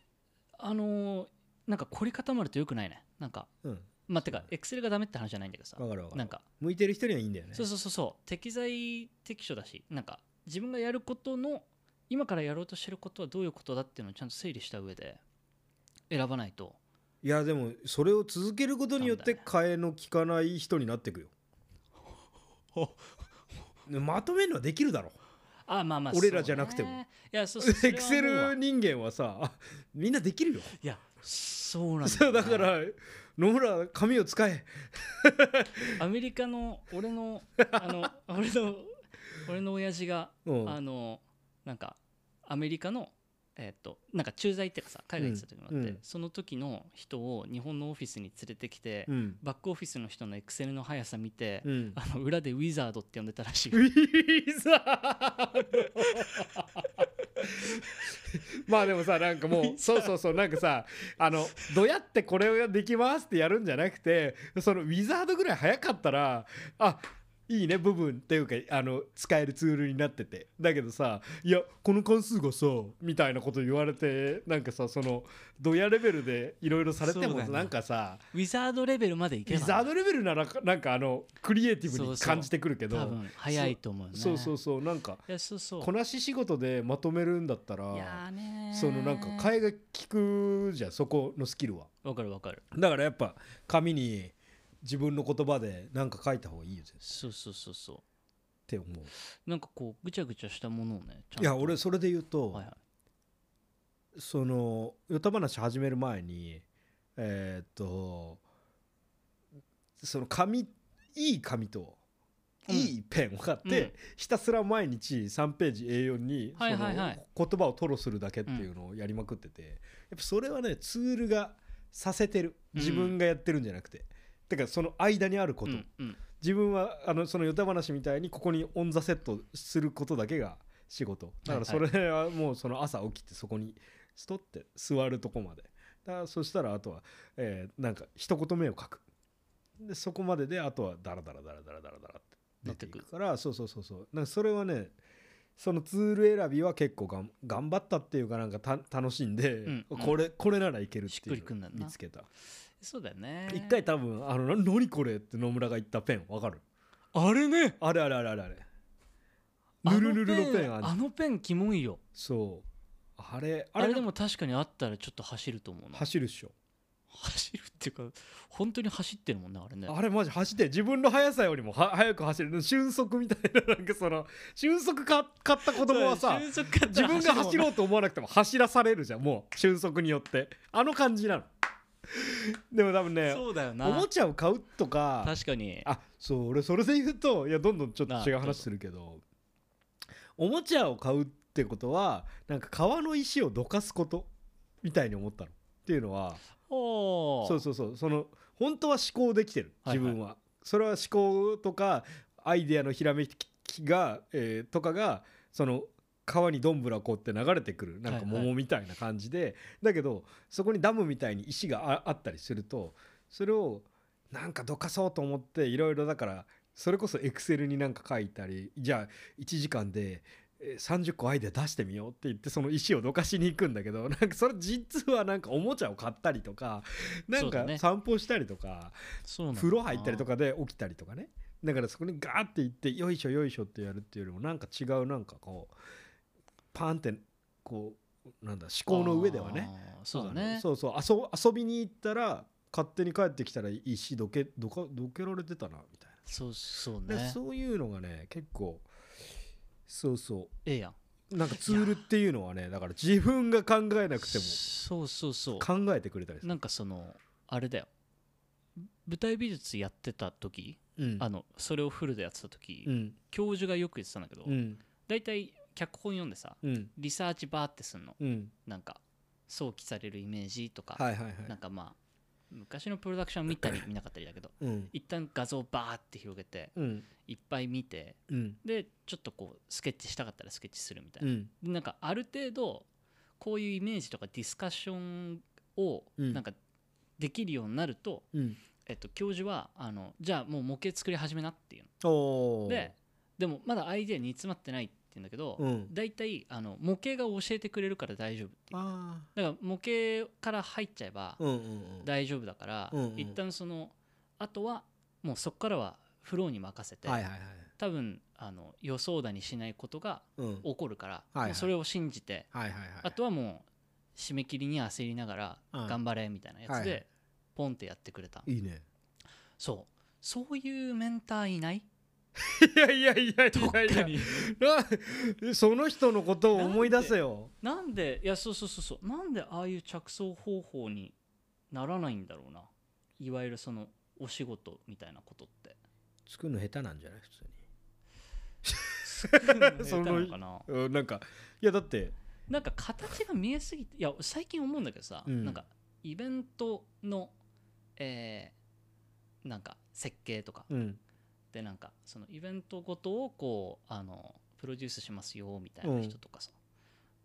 G: あのーなんか凝り固まるとよくないねなんか
F: うん
G: まあてかエクセルがダメって話じゃないんだけどさ
F: わかるわかる
G: なんか
F: 向いてる人にはいいんだよね
G: そうそうそうそう適材適所だしなんか自分がやることの今からやろうとしてることはどういうことだっていうのをちゃんと整理した上で選ばないと
F: いやでもそれを続けることによっ
G: な
F: て
G: ん
F: 替えの利かない人になっていくよ ねまとめるのはできるだろ
G: あまあまあ
F: 俺らじゃなくても
G: そうねい やそうそうそ
F: エ
G: れ
F: ク
G: はも
F: セ
G: う
F: ル人間はさ みんなできるよ
G: いやそうなんだ
F: そ
G: よ
F: うだ
G: ね
F: から野村紙を使え
G: アメリカの俺 のあの俺の俺の親父が、
F: うん
G: あのなんかアメリカのえっとなんか駐在っていうかさ海外行ってた時もあって、
F: うんうん
G: その時の人を日本のオフィスに連れてきて、
F: うん
G: バックオフィスの人のエクセルの速さ見て、
F: うん
G: あの裏でウィザードって呼んでたらしい
F: ウィザードまあでもさなんか もうそうそうそうなんかさあのどうやってこれをできますってやるんじゃなくてそのウィザードぐらい早かったらあいいね部分っていうかあの使えるツールになっててだけどさいやこの関数がさみたいなこと言われてなんかさそのドヤレベルでいろいろされて
G: そう
F: も
G: だね
F: なんかさ
G: ウィザードレベルまでい
F: ウ
G: けば
F: ィザードレベルならなんかあのクリエイティブに感じてくるけど
G: 多分早いと思うよね
F: そうそうそうなんか
G: いやそうそう
F: こなし仕事でまとめるんだった
G: いや
F: ら
G: ーねー
F: そのなんか替えが利くじゃんそこのスキルは
G: わかるわかる
F: だからやっぱ紙に自分の言葉で何か書いた方がいいよっ
G: そうそうそうそ
F: て思う
G: うなんかこうぐちゃぐちゃしたものをねちゃんと
F: いや俺それで言うと、
G: はいはい
F: そのヨタ話始める前にえーっとその紙いい紙と
G: うん
F: いいペンを買って、
G: うん
F: ひたすら毎日3ページ A4 にそ
G: はい
F: の
G: はいはい
F: 言葉を吐露するだけっていうのをやりまくってて、やっぱそれはねツールがさせてる自分がやってるんじゃなくて、だからその間にあること、
G: うんうん
F: 自分はあのそのヨタ話みたいにここにオン・ザ・セットすることだけが仕事だから
G: はい
F: そ
G: は
F: れはもうその朝起きてそこにストって座るとこまでだからそしたらあとは、えーなんか一言目を書くでそこまでであとはダラダラダラダラダラダラって出てい
G: なって
F: くからそうそうそうそうなんかそれはねそのツール選びは結構がん頑張ったっていうかなんかた楽しんで、
G: んうん
F: これこれならいけるって
G: しっくり
F: いう
G: くんだ
F: のを
G: な
F: 見つけた
G: そうだよね
F: 一回多分あのな何これって野村が言ったペンわかる
G: あれね
F: あれあれあれあれあれ。
G: あ
F: ぬるぬるのペンあんじゃ
G: あ
F: ん
G: のペンキモいよ
F: そう。あれ、
G: あ
F: あ
G: れ
F: れ
G: でも確かにあったらちょっと走ると思うな
F: 走るっしょ。
G: 走るっていうか本当に走ってるもんねあれね
F: あれマジ走って、自分の速さよりもは速く走る。瞬足みたいな、 なんかその、瞬足か買った子供はさ、
G: そう瞬足買った
F: 自
G: ら
F: 分が走
G: る
F: ろうと思わなくても走らされるじゃん、もう、瞬足によって。あの感じなの。でも多分
G: もん
F: ね
G: ね、そうだよ
F: お
G: な
F: もちゃを買うとか、
G: 確かに
F: あそう俺それで言うといやどんどんちょっと
G: なあ
F: 違う
G: どう
F: 話
G: ぞ
F: するけどおもちゃを買うってことはなんか川の石をどかすことみたいに思ったのっていうのは
G: あほ
F: そうそうそうその本当は思考できてる
G: はい
F: 自
G: はい
F: 分は、それは思考とかアイデアのひらめきが、えーとかがその川にどんぶらこうって流れてくるなんか
G: はいはい
F: 桃みたいな感じで、だけどそこにダムみたいに石がああったりするとそれをなんかどかそうと思っていろいろだからそれこそエクセルになんか書いたりじゃあ1時間でえー30個アイデア出してみようって言ってその石をどかしに行くんだけどなん かそれ実はなんかおもちゃを買ったりとかな
G: そ
F: ん
G: うだ
F: か
G: ね
F: 散歩したりとか、
G: そうなんだ
F: 風呂入ったりと
G: か
F: かで起きたりとかねだからそこにガーって行ってよいしょよいしょってやるっていうよりもなんか違うなんかこうパーンってこうなんだ思考の上ではね
G: そうだね
F: そうそう遊遊びに行ったら勝手に帰ってきたら石どけどかどけられてたなみたいな。
G: そうそう
F: で
G: ね
F: そういうのがね結構そうそ
G: ええやん
F: うなんかツールっていうのはねだから自分が考えなくても
G: そうそうそう
F: 考えてくれたりする、
G: なんかそのあれだよ舞台美術やってた時、
F: うん
G: あのそれをフルでやってた時、
F: うん
G: 教授がよく言ってたんだけど、
F: うん
G: 大体脚本読んでさ
F: うん
G: リサーチバーってすんの
F: うん
G: なんか想起されるイメージとか、
F: はいはいはい
G: なんかまあ昔のプロダクション見た り見なかったりだけど
F: うん
G: 一旦画像バーって広げて
F: うん
G: いっぱい見て
F: うん
G: でちょっとこうスケッチしたかったらスケッチするみたいな
F: う、ん
G: なんかある程度こういうイメージとかディスカッションを
F: うん
G: なんかできるようになると、
F: うん
G: えっと、教授はあのじゃあもう模型作り始めなっていうの
F: おー
G: ででもまだアイデア煮詰まってないって言うんだけど、
F: うん
G: 大体あの模型が教えてくれるから大丈夫っていう
F: あ
G: だから模型から入っちゃえば
F: ーうんうんうん
G: 大丈夫だから、
F: うんうん
G: 一旦そのあとはもうそこからはフローに任せて、
F: はいはいはい
G: 多分あの予想だにしないことが
F: うんはい
G: 起こるから、
F: はいはい
G: もうそれを信じて
F: はいはい
G: あとはもう締め切りに焦りながら
F: うん
G: 頑張れみたいなやつ
F: はいはい
G: でポンってやってくれた、
F: いいね
G: そうそういうメンターいない
F: いやいやいやい
G: どっか
F: やいや
G: に
F: な その人のことを思い出せよ
G: なんでいやそうそうそうそうなんでああいう着想方法にならないんだろうないわゆるそのお仕事みたいなこと って
F: 作るの下手なんじゃない普通に
G: そのなのかな
F: うんなんかいやだって
G: なんか形が見えすぎていや最近思うんだけどさ、
F: うん
G: なんかイベントのえーなんか設計とか
F: うん
G: でなんかそのイベントごとをこうあのプロデュースしますよみたいな人とかさ、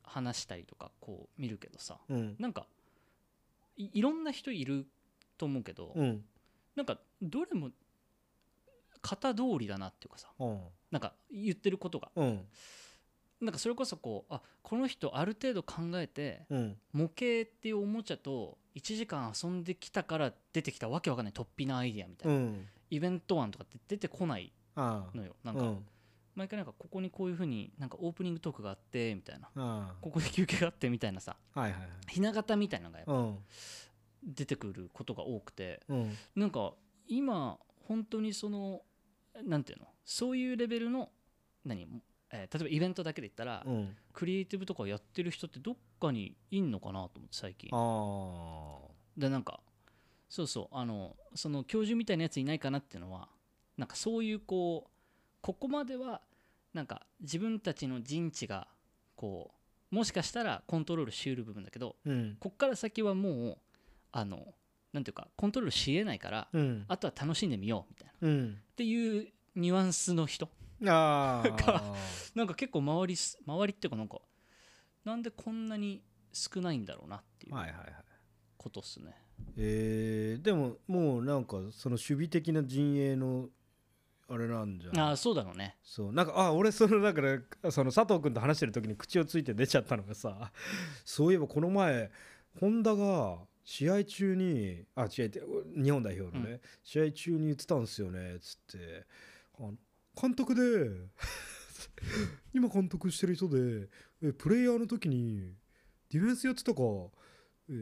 G: 話したりとかこう見るけどさ
F: うん
G: なんかいいろんな人いると思うけど、
F: うん
G: なんかどれも型通りだなっていうかさ
F: うん
G: なんか言ってることが
F: うん
G: なんかそれこそこうあこの人ある程度考えて
F: うん
G: 模型っていうおもちゃと1時間遊んできたから出てきたわけわかんない突飛なアイディアみたいうな、
F: ん
G: イベント案とかって出てこない
F: あ
G: のよな
F: あ
G: んか、
F: うん
G: 毎回なんかここにこういうふうになんかオープニングトークがあってみたいな
F: あ
G: ここで休憩があってみたいなさ
F: あはいはいはい
G: ひな形みたいなのがやっぱ
F: うん
G: 出てくることが多くて
F: うん
G: なんか今本当にそのなんていうのそういうレベルの何、えー例えばイベントだけで言ったら、
F: うん
G: クリエイティブとかやってる人ってどっかにいんのかなと思って最近
F: ああ
G: でなんかそうそうあのその教授みたいなやついないかなっていうのはなんかそういうこうここまではなんか自分たちの陣地がこうもしかしたらコントロールしうる部分だけど
F: うん
G: こっから先はもうあのなんていうかコントロールしえないから、
F: うん
G: あとは楽しんでみようみたいなっ
F: うん
G: ていうニュアンスの人
F: あ
G: が
F: あ
G: なん か結構周りす周りっていうかなんかなんでこんなに少ないんだろうなっていう
F: はいはいはい
G: ことっすね、
F: えーでももうなんかその守備的な陣営のあれなんじゃ
G: あ
F: ない
G: あそうだろうね
F: そうなんかあ俺そのだからその佐藤君と話してる時に口をついて出ちゃったのがさそういえばこの前本田が試合中にあ違う日本代表のね、試合中に言ってたんですよねつってあの監督で 今監督してる人でえプレイヤーの時にディフェンスやってたか、え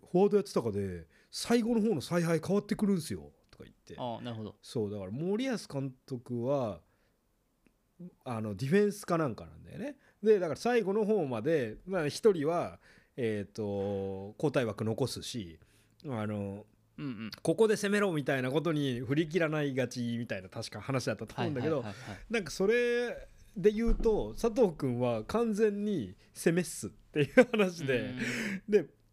F: ーフォワードやってたかで最後の方の采配変わってくるんすよとか言って
G: ああなるほど
F: そうだから森保監督はあのディフェンスかなんかなんだよねでだから最後の方まで、まあ、1人は、えー、と交代枠残すしあの
G: うんうん
F: ここで攻めろみたいなことに振り切らないがちみたいな確か話だったと思うんだけど、
G: はいはいはいはい
F: なんかそれで言うと佐 藤君は完全に攻めっすっていう話で。
G: うん
F: で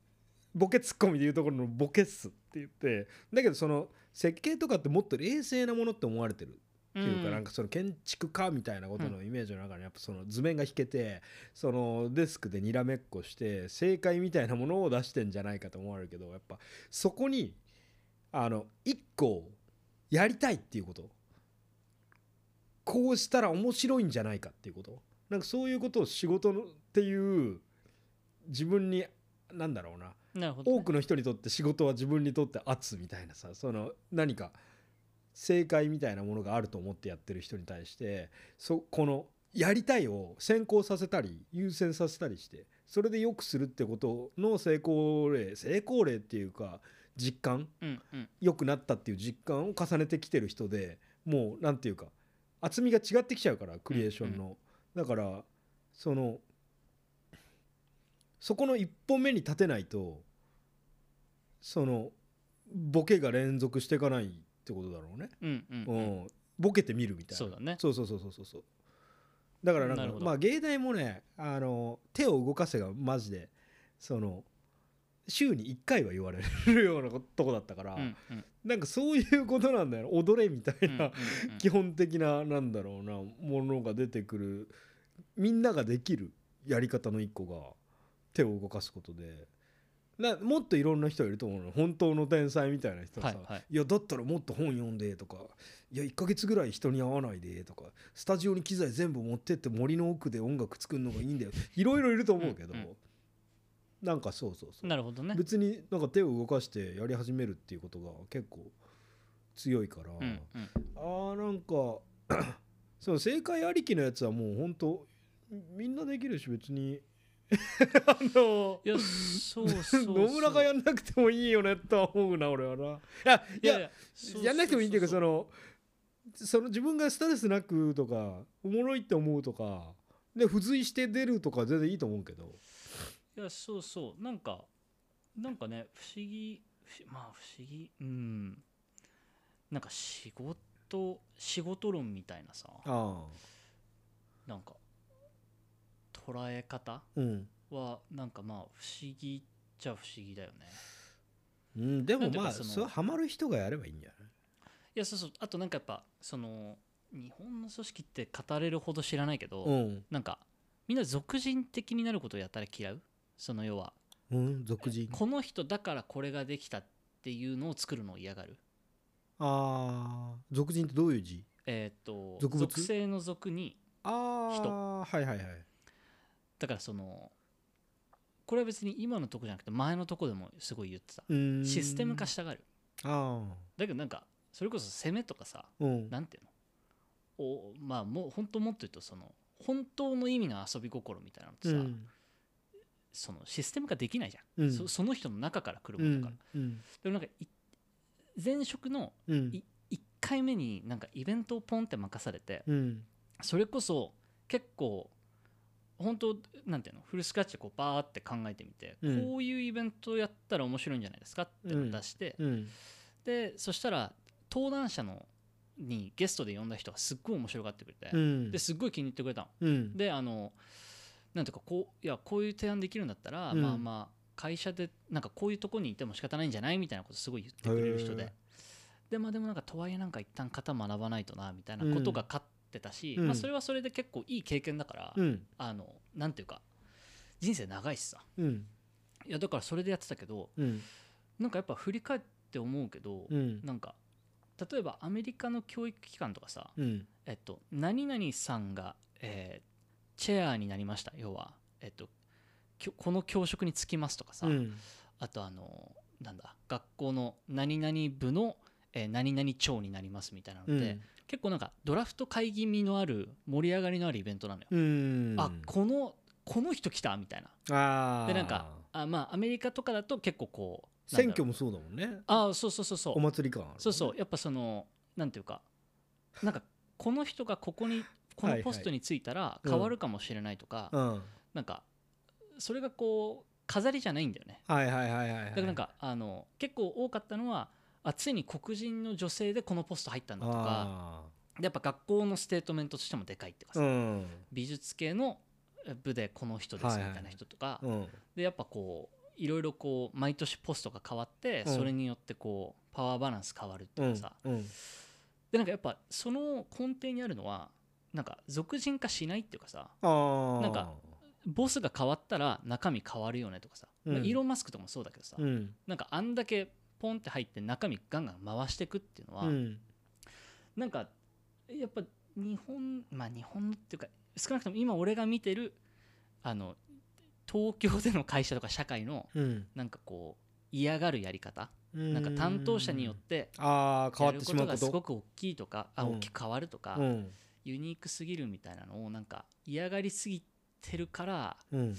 F: ボケツッコミでいうところのボケっすって言ってだけどその設計とかってもっと冷静なものって思われてるっていうか、なんかその建築家みたいなことのイメージの中にやっぱその図面が引けてそのデスクでにらめっこして正解みたいなものを出してんじゃないかと思われるけどやっぱそこにあの一個やりたいっていうことこうしたら面白いんじゃないかっていうことなんかそういうことを仕事のっていう自分になんだろうな
G: なるほど、
F: 多くの人にとって仕事は自分にとって圧みたいなさその何か正解みたいなものがあると思ってやってる人に対してそこのやりたいを先行させたり優先させたりしてそれで良くするってことの成功例成功例っていうか実感
G: うんうん、
F: 良くなったっていう実感を重ねてきてる人でもうなんていうか厚みが違ってきちゃうからクリエーションの、だからそのそこの一歩目に立てないとそのボケが連続していかないってことだろうね、
G: うんうん
F: うんボケてみるみたいな
G: そうだね
F: そうそうそうそうそうそうだからなん
G: なる
F: か
G: ほど
F: まあ芸大もねあの手を動かせがマジでその週に1回は言われるようなことこだったから、
G: うんうん
F: なんかそういうことなんだよね踊れみたい
G: うんうん
F: な、
G: うん
F: 基本的ななんだろうなものが出てくるみんなができるやり方の一個が手を動かすことでなもっといろんな人いると思うの本当の天才みたいな人さ、
G: はいはい
F: いやだったらもっと本読んでとかいや1ヶ月ぐらい人に会わないでとかスタジオに機材全部持ってって森の奥で音楽作るのがいいんだよいろいろいると思うけど、
G: うんう
F: なんかそうそうそう
G: なるほ どね
F: 別になんか手を動かしてやり始めるっていうことが結構強いから、
G: うんうん
F: あーなんか その正解ありきのやつはもう本当みんなできるし別に あの
G: いやそうそうそう
F: 野村がやんなくてもいいよねとは思うな俺はないやいや
G: いやそうそうそう
F: やんなくてもいいっていうかそのその自分がストレスなくとかおもろいって思うとかで付随して出るとか全然いいと思うけど
G: いやそうそうなんかなんかね不思議不思まあ不思議うんなんか仕事仕事論みたいなさ
F: あ
G: なんか捉え方
F: あうん、
G: はなんかまあ不思議っちゃ不思議だよね
F: うん、で
G: な
F: も
G: んていうか
F: まあ
G: そ
F: そ
G: の
F: れはハマる人がやればいいんじゃない
G: いやそうそうあとなんかやっぱその日本の組織って語れるほど知らないけど、
F: うん、
G: なんかみんな俗人的になることをやたら嫌うその要は
F: うん、俗人
G: この人だからこれができたっていうのを作るのを嫌がる
F: ああ俗人ってどういう字
G: えーっと
F: 俗物
G: 属性の俗に
F: ああはいはいはい
G: だからそのこれは別に今のとこじゃなくて前のとこでもすごい言ってた
F: うーん
G: システム化したがる
F: ああ
G: だけどなんかそれこそ攻めとかさ
F: うん
G: なんていうのおまあもう本当もっと言うとその本当の意味の遊び心みたいなのって
F: う
G: さ、
F: ん
G: そのシステム化できないじゃん、
F: うん
G: そその人の中から来る
F: う
G: ものだ
F: ん
G: から、
F: うん
G: でもなんかい前職の
F: うん
G: い1回目になんかイベントをポンって任されて、
F: うん
G: それこそ結構本当なんていうのフルスカッチでこうバーって考えてみて、
F: うん
G: こういうイベントやったら面白いんじゃないですかってのを出して、
F: うん
G: でそしたら登壇者のにゲストで呼んだ人がすっごい面白がってくれて、
F: うん
G: ですっごい気に入ってくれたの。
F: うん
G: であのなんていうかこういやこういう提案できるんだったら、
F: うん
G: まあまあ会社でなんかこういうとこにいても仕方ないんじゃないみたいなことすごい言ってくれる人
F: へ
G: で
F: え
G: で,、まあ、でもなんかとはいえなんか一旦型学ばないとなみたいなことが勝ってたし、
F: うん
G: まあ、それはそれで結構いい経験だから、
F: うん
G: あのなんていうか人生長いしさ
F: うん
G: いやだからそれでやってたけど
F: うん
G: なんかやっぱ振り返って思うけど、
F: うん
G: なんか例えばアメリカの教育機関とかさ、
F: うん
G: えっと、何々さんが、えーチェアーになりました要は、えっと、きょこの教職に就きますとかさ、
F: うん
G: あとあのなんだ学校の何々部の、えー何々長になりますみたいなので、結構なんかドラフト会議味のある盛り上がりのあるイベントなのよ、
F: うん
G: あこのこの人来たみたいな
F: あー
G: でなんかあまあアメリカとかだと結構こうなん
F: 選
G: だろ
F: 挙
G: う
F: もそうだもんね
G: あーそうそうそうそう
F: お祭り感あるもんね
G: そうそうやっぱそのなんていうかなんかこの人がここにこ
F: は
G: の
F: いはい
G: ポストについたら
F: うん
G: 変わるかもしれないとか、
F: うん
G: なんかそれがこう飾りじゃないんだよね
F: はいはいはいはいはい
G: だからなんかあの結構多かったのはあついに黒人の女性でこのポスト入ったんだとか
F: あ
G: でやっぱ学校のステートメントとしてもでかいっていうか
F: ー
G: さ、
F: うん
G: 美術系の部でこの人ですみたいな人とか、
F: うん
G: でやっぱこういろいろこう毎年ポストが変わって、
F: うん
G: それによってこうパワーバランス変わるっていうかさ、
F: うん
G: でなんかやっぱその根底にあるのはなんか俗人化しないっていうかさ
F: ああ
G: なんかボスが変わったら中身変わるよねとかさ、まあ
F: うん
G: イーロン・マスクとかもそうだけどさ、
F: うん
G: なんかあんだけポンって入って中身ガンガン回してくっていうのは、
F: うん
G: なんかやっぱ日本まあ日本っていうか少なくとも今俺が見てるあの東京での会社とか社会の
F: うん
G: なんかこう嫌がるやり方な
F: な
G: んか担当者によって
F: ああ変
G: や
F: わ
G: る
F: って
G: こ
F: し
G: と
F: まうこ
G: が
F: と
G: すごく大きいとかあ
F: うん
G: 大きく変わるとか
F: うん
G: ユニークすぎるみたいなのをなんか嫌がりすぎてるから
F: うん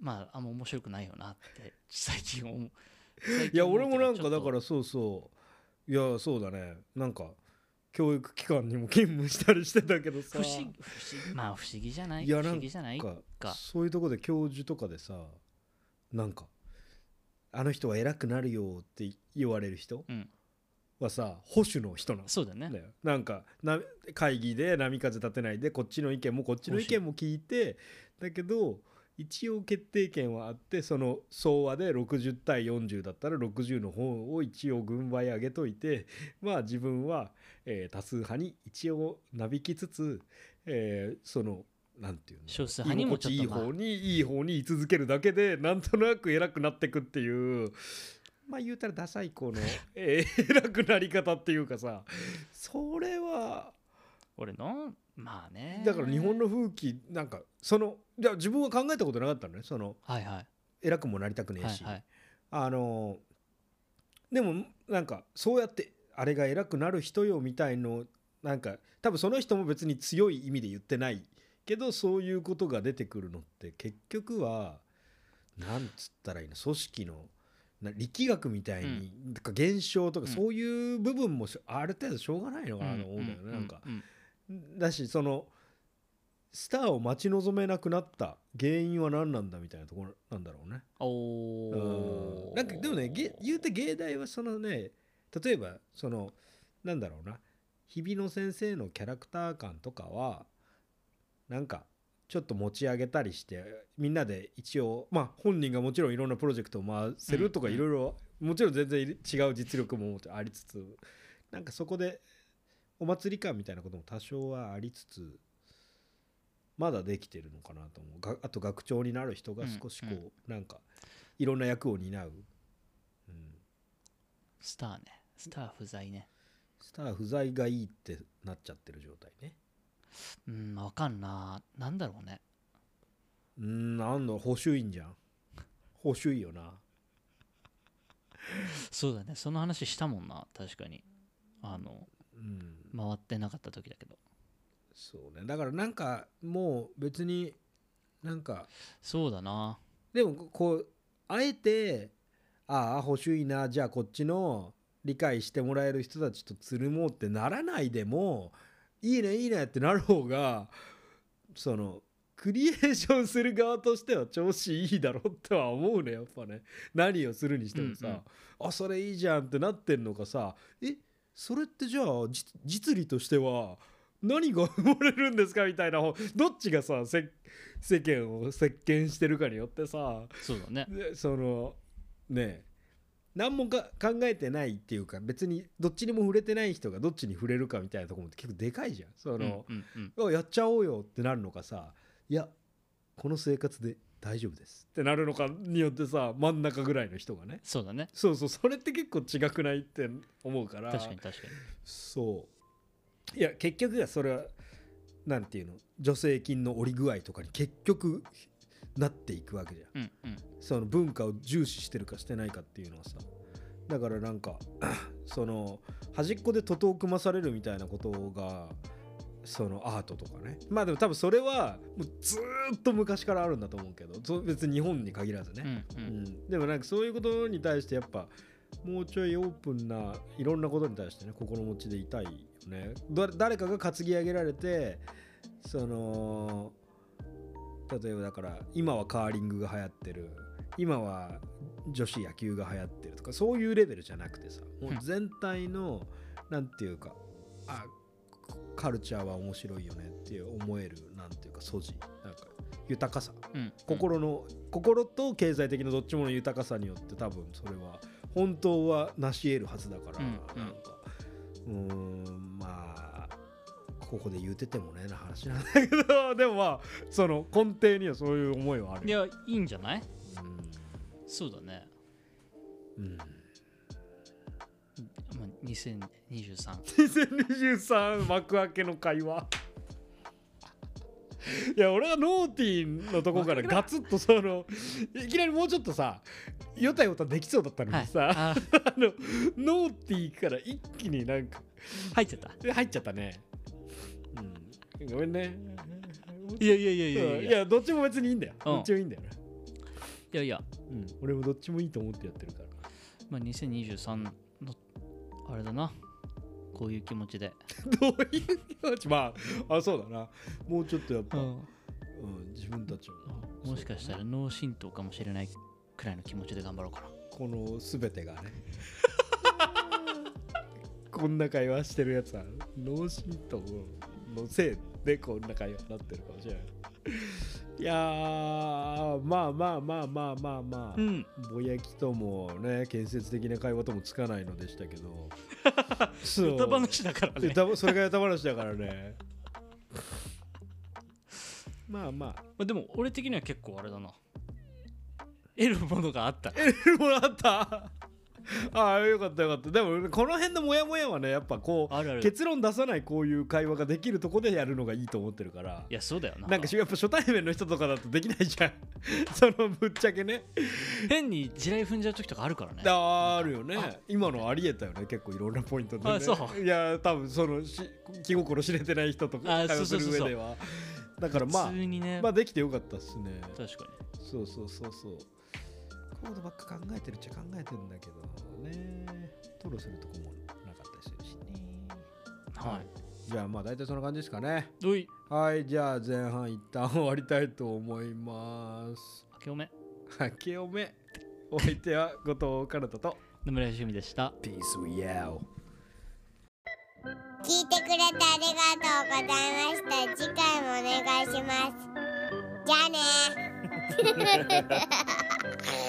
G: まああんま面白くないよなって最近思う最
F: い
G: 近
F: や
G: 思う
F: 俺
G: と
F: もなんかだ
G: ちょっ
F: か
G: と
F: らそうそういやそうだねなんか教育機関にも勤務したりしてたけどさ
G: 不思議不思議まあ不思議じゃない
F: いや
G: 不
F: なん
G: 思議じゃない
F: なん
G: か
F: かそういうとこで教授とかでさなんかあの人は偉くなるよって言われる人
G: うん
F: はさ保守の人なん
G: そうだよね
F: だよなんかな会議で波風立てないでこっちの意見もこっちの意見も聞いてだけど一応決定権はあってその総和で60対40だったら60の方を一応軍配上げといてまあ自分は、えー多数派に一応なびきつつ、えーそのなんていうの
G: 少数派にもちょっと
F: 居心地いい
G: まあ
F: 方にいい方に居続けるだけでなんとなく偉くなってくっていうまあ言うたらダサ い子のえー偉くなり方っていうかさそれは
G: 俺のまあね
F: だから日本の風紀なんかそのいや自分は考えたことなかったのねその
G: はいはい
F: 偉くもなりたくねえ
G: はい
F: し、
G: はい
F: あのでもなんかそうやってあれが偉くなる人よみたいのなんか多分その人も別に強い意味で言ってないけどそういうことが出てくるのって結局はなんつったらいいの組織のな力学みたいに、なんか現象とか
G: うん
F: そういう部分もしある程度しょうがないのかなと思うんだよね、
G: う
F: なんか。
G: ううん
F: だしそのスターを待ち望めなくなった原因は何なんだみたいなところなんだろうね。
G: お
F: うんなんかでもねげ言うて芸大はそのね例えばそのなんだろうな日比野先生のキャラクター感とかはなんかちょっと持ち上げたりしてみんなで一応まあ本人がもちろんいろんなプロジェクトを回せるとか
G: うん
F: いろいろもちろん全然違う実力もありつつなんかそこでお祭り感みたいなことも多少はありつつまだできてるのかなと思うがあと学長になる人が少しこ
G: うん
F: うなんかいろんな役を担う、うん、
G: スターねスター不在ね
F: スター不在がいいってなっちゃってる状態ね
G: うんわかんななんだろうね
F: うんなんだ補修員じゃん補修員よな
G: そうだねその話したもんな確かにあの
F: うん
G: 回ってなかった時だけど
F: そうねだからなんかもう別になんか
G: そうだな
F: でもこうあえてああ補修員なじゃあこっちの理解してもらえる人たちとつるもうってならないでもいいねいいねってなる方がそのクリエーションする側としては調子いいだろうとは思うねやっぱね何をするにしてもさ、
G: うんうん
F: あそれいいじゃんってなってんのかさえそれってじゃあじ実利としては何が生まれるんですかみたいなどっちがさせ世間を席巻してるかによってさ
G: そうだね
F: でそのねえ何もか考えてないっていうか別にどっちにも触れてない人がどっちに触れるかみたいなところも結構でかいじゃんその、
G: うんうん
F: あやっちゃおうよってなるのかさいやこの生活で大丈夫ですってなるのかによってさ真ん中ぐらいの人がね
G: そうだね
F: そうそうそれって結構違くないって思うから
G: 確かに確かに
F: そういや結局はそれはなんていうの助成金の折り具合とかに結局なっていくわけじゃん
G: うんうん
F: その文化を重視してるかしてないかっていうのはさだからなんか その端っこで徒党を組まされるみたいなことがそのアートとかねまあでも多分それはもうずーっと昔からあるんだと思うけどそう別に日本に限らずね、
G: うんう
F: うんん、でもなんかそういうことに対してやっぱもうちょいオープンないろんなことに対してね心持ちでいたいよねだ誰かが担ぎ上げられてその例えばだから今はカーリングが流行ってる今は女子野球が流行ってるとかそういうレベルじゃなくてさもう全体のなんていうかあカルチャーは面白いよねって思えるなんていうか素地なんか豊かさ
G: うん、
F: 心の、心と経済的などっちもの豊かさによって多分それは本当は成し得るはずだから、
G: うんうん
F: なんかうーんまあここで言うててもねな話なんだけど でもまあその根底にはそういう思いはあ
G: うんい
F: る
G: やいいんじゃない
F: うん
G: そうだね、
F: うん、
G: まあ、2023
F: 2023幕開けの会話いや俺はノーティーのとこからガツッとそのいきなりもうちょっとさよたよたできそうだったの
G: は
F: に
G: い
F: さ、
G: あ
F: あのノーティーから一気になんか
G: 入っちゃった
F: で入っちゃったね。うん、ごめんね。
G: いやいやいやいや
F: うん
G: い
F: い
G: やいや
F: やどっちも別にいいんだよ。
G: うん
F: どっちもいいんだよな。
G: いやいや、
F: うん、俺もどっちもいいと思ってやってるから。
G: まあ、2023のあれだなこういう気持ちで、
F: どういう気持ちまあ、あ、そうだな。もうちょっとやっぱ、うん自分たちもな
G: もしかしたら脳震盪かもしれないくらいの気持ちで頑張ろうかな
F: この全てがねこんな会話してるやつは脳震盪のせいでこんな会話になってるかもしれないいやーまあまあまあまあまあまあ、
G: ん
F: ぼやきともね建設的な会話ともつかないのでしたけどそう
G: 歌話だからね、
F: 歌それが歌話だからねまあまあ
G: まあ、でも俺的には結構あれだな得るものがあった
F: もらった ああよかったよかったでもこの辺のモヤモヤはねやっぱこう
G: あるある
F: 結論出さないこういう会話ができるとこでやるのがいいと思ってるから
G: いやそうだよな
F: なんかしやっぱ初対面の人とかだとできないじゃん そのぶっちゃけね
G: 変に地雷踏んじゃう時とかあるからね
F: あるよね今のありえたよね結構いろんなポイントで、ね、
G: あそう
F: いや多分そのし気心知れてない人とか
G: あ
F: 会話す
G: そうそうそう
F: る
G: そう
F: 上ではだからまあ
G: 普通にね、
F: まあできてよかったっすね
G: 確かに
F: そうそうそうそう。コードばっか考えてるっちゃ考えてるんだけどね。トロするとこもなかったりするしね。
G: は
F: じゃあまあ大体そんな感じですかね。
G: いおい
F: はい、じゃあ前半一旦終わりたいと思います。
G: 明けおめ
F: 明けおめ。お相手は後藤かなたと。
G: 野村よしみでした
F: Peace we out.
E: 聞いてくれてありがとうございました次回もお願いしますじゃあね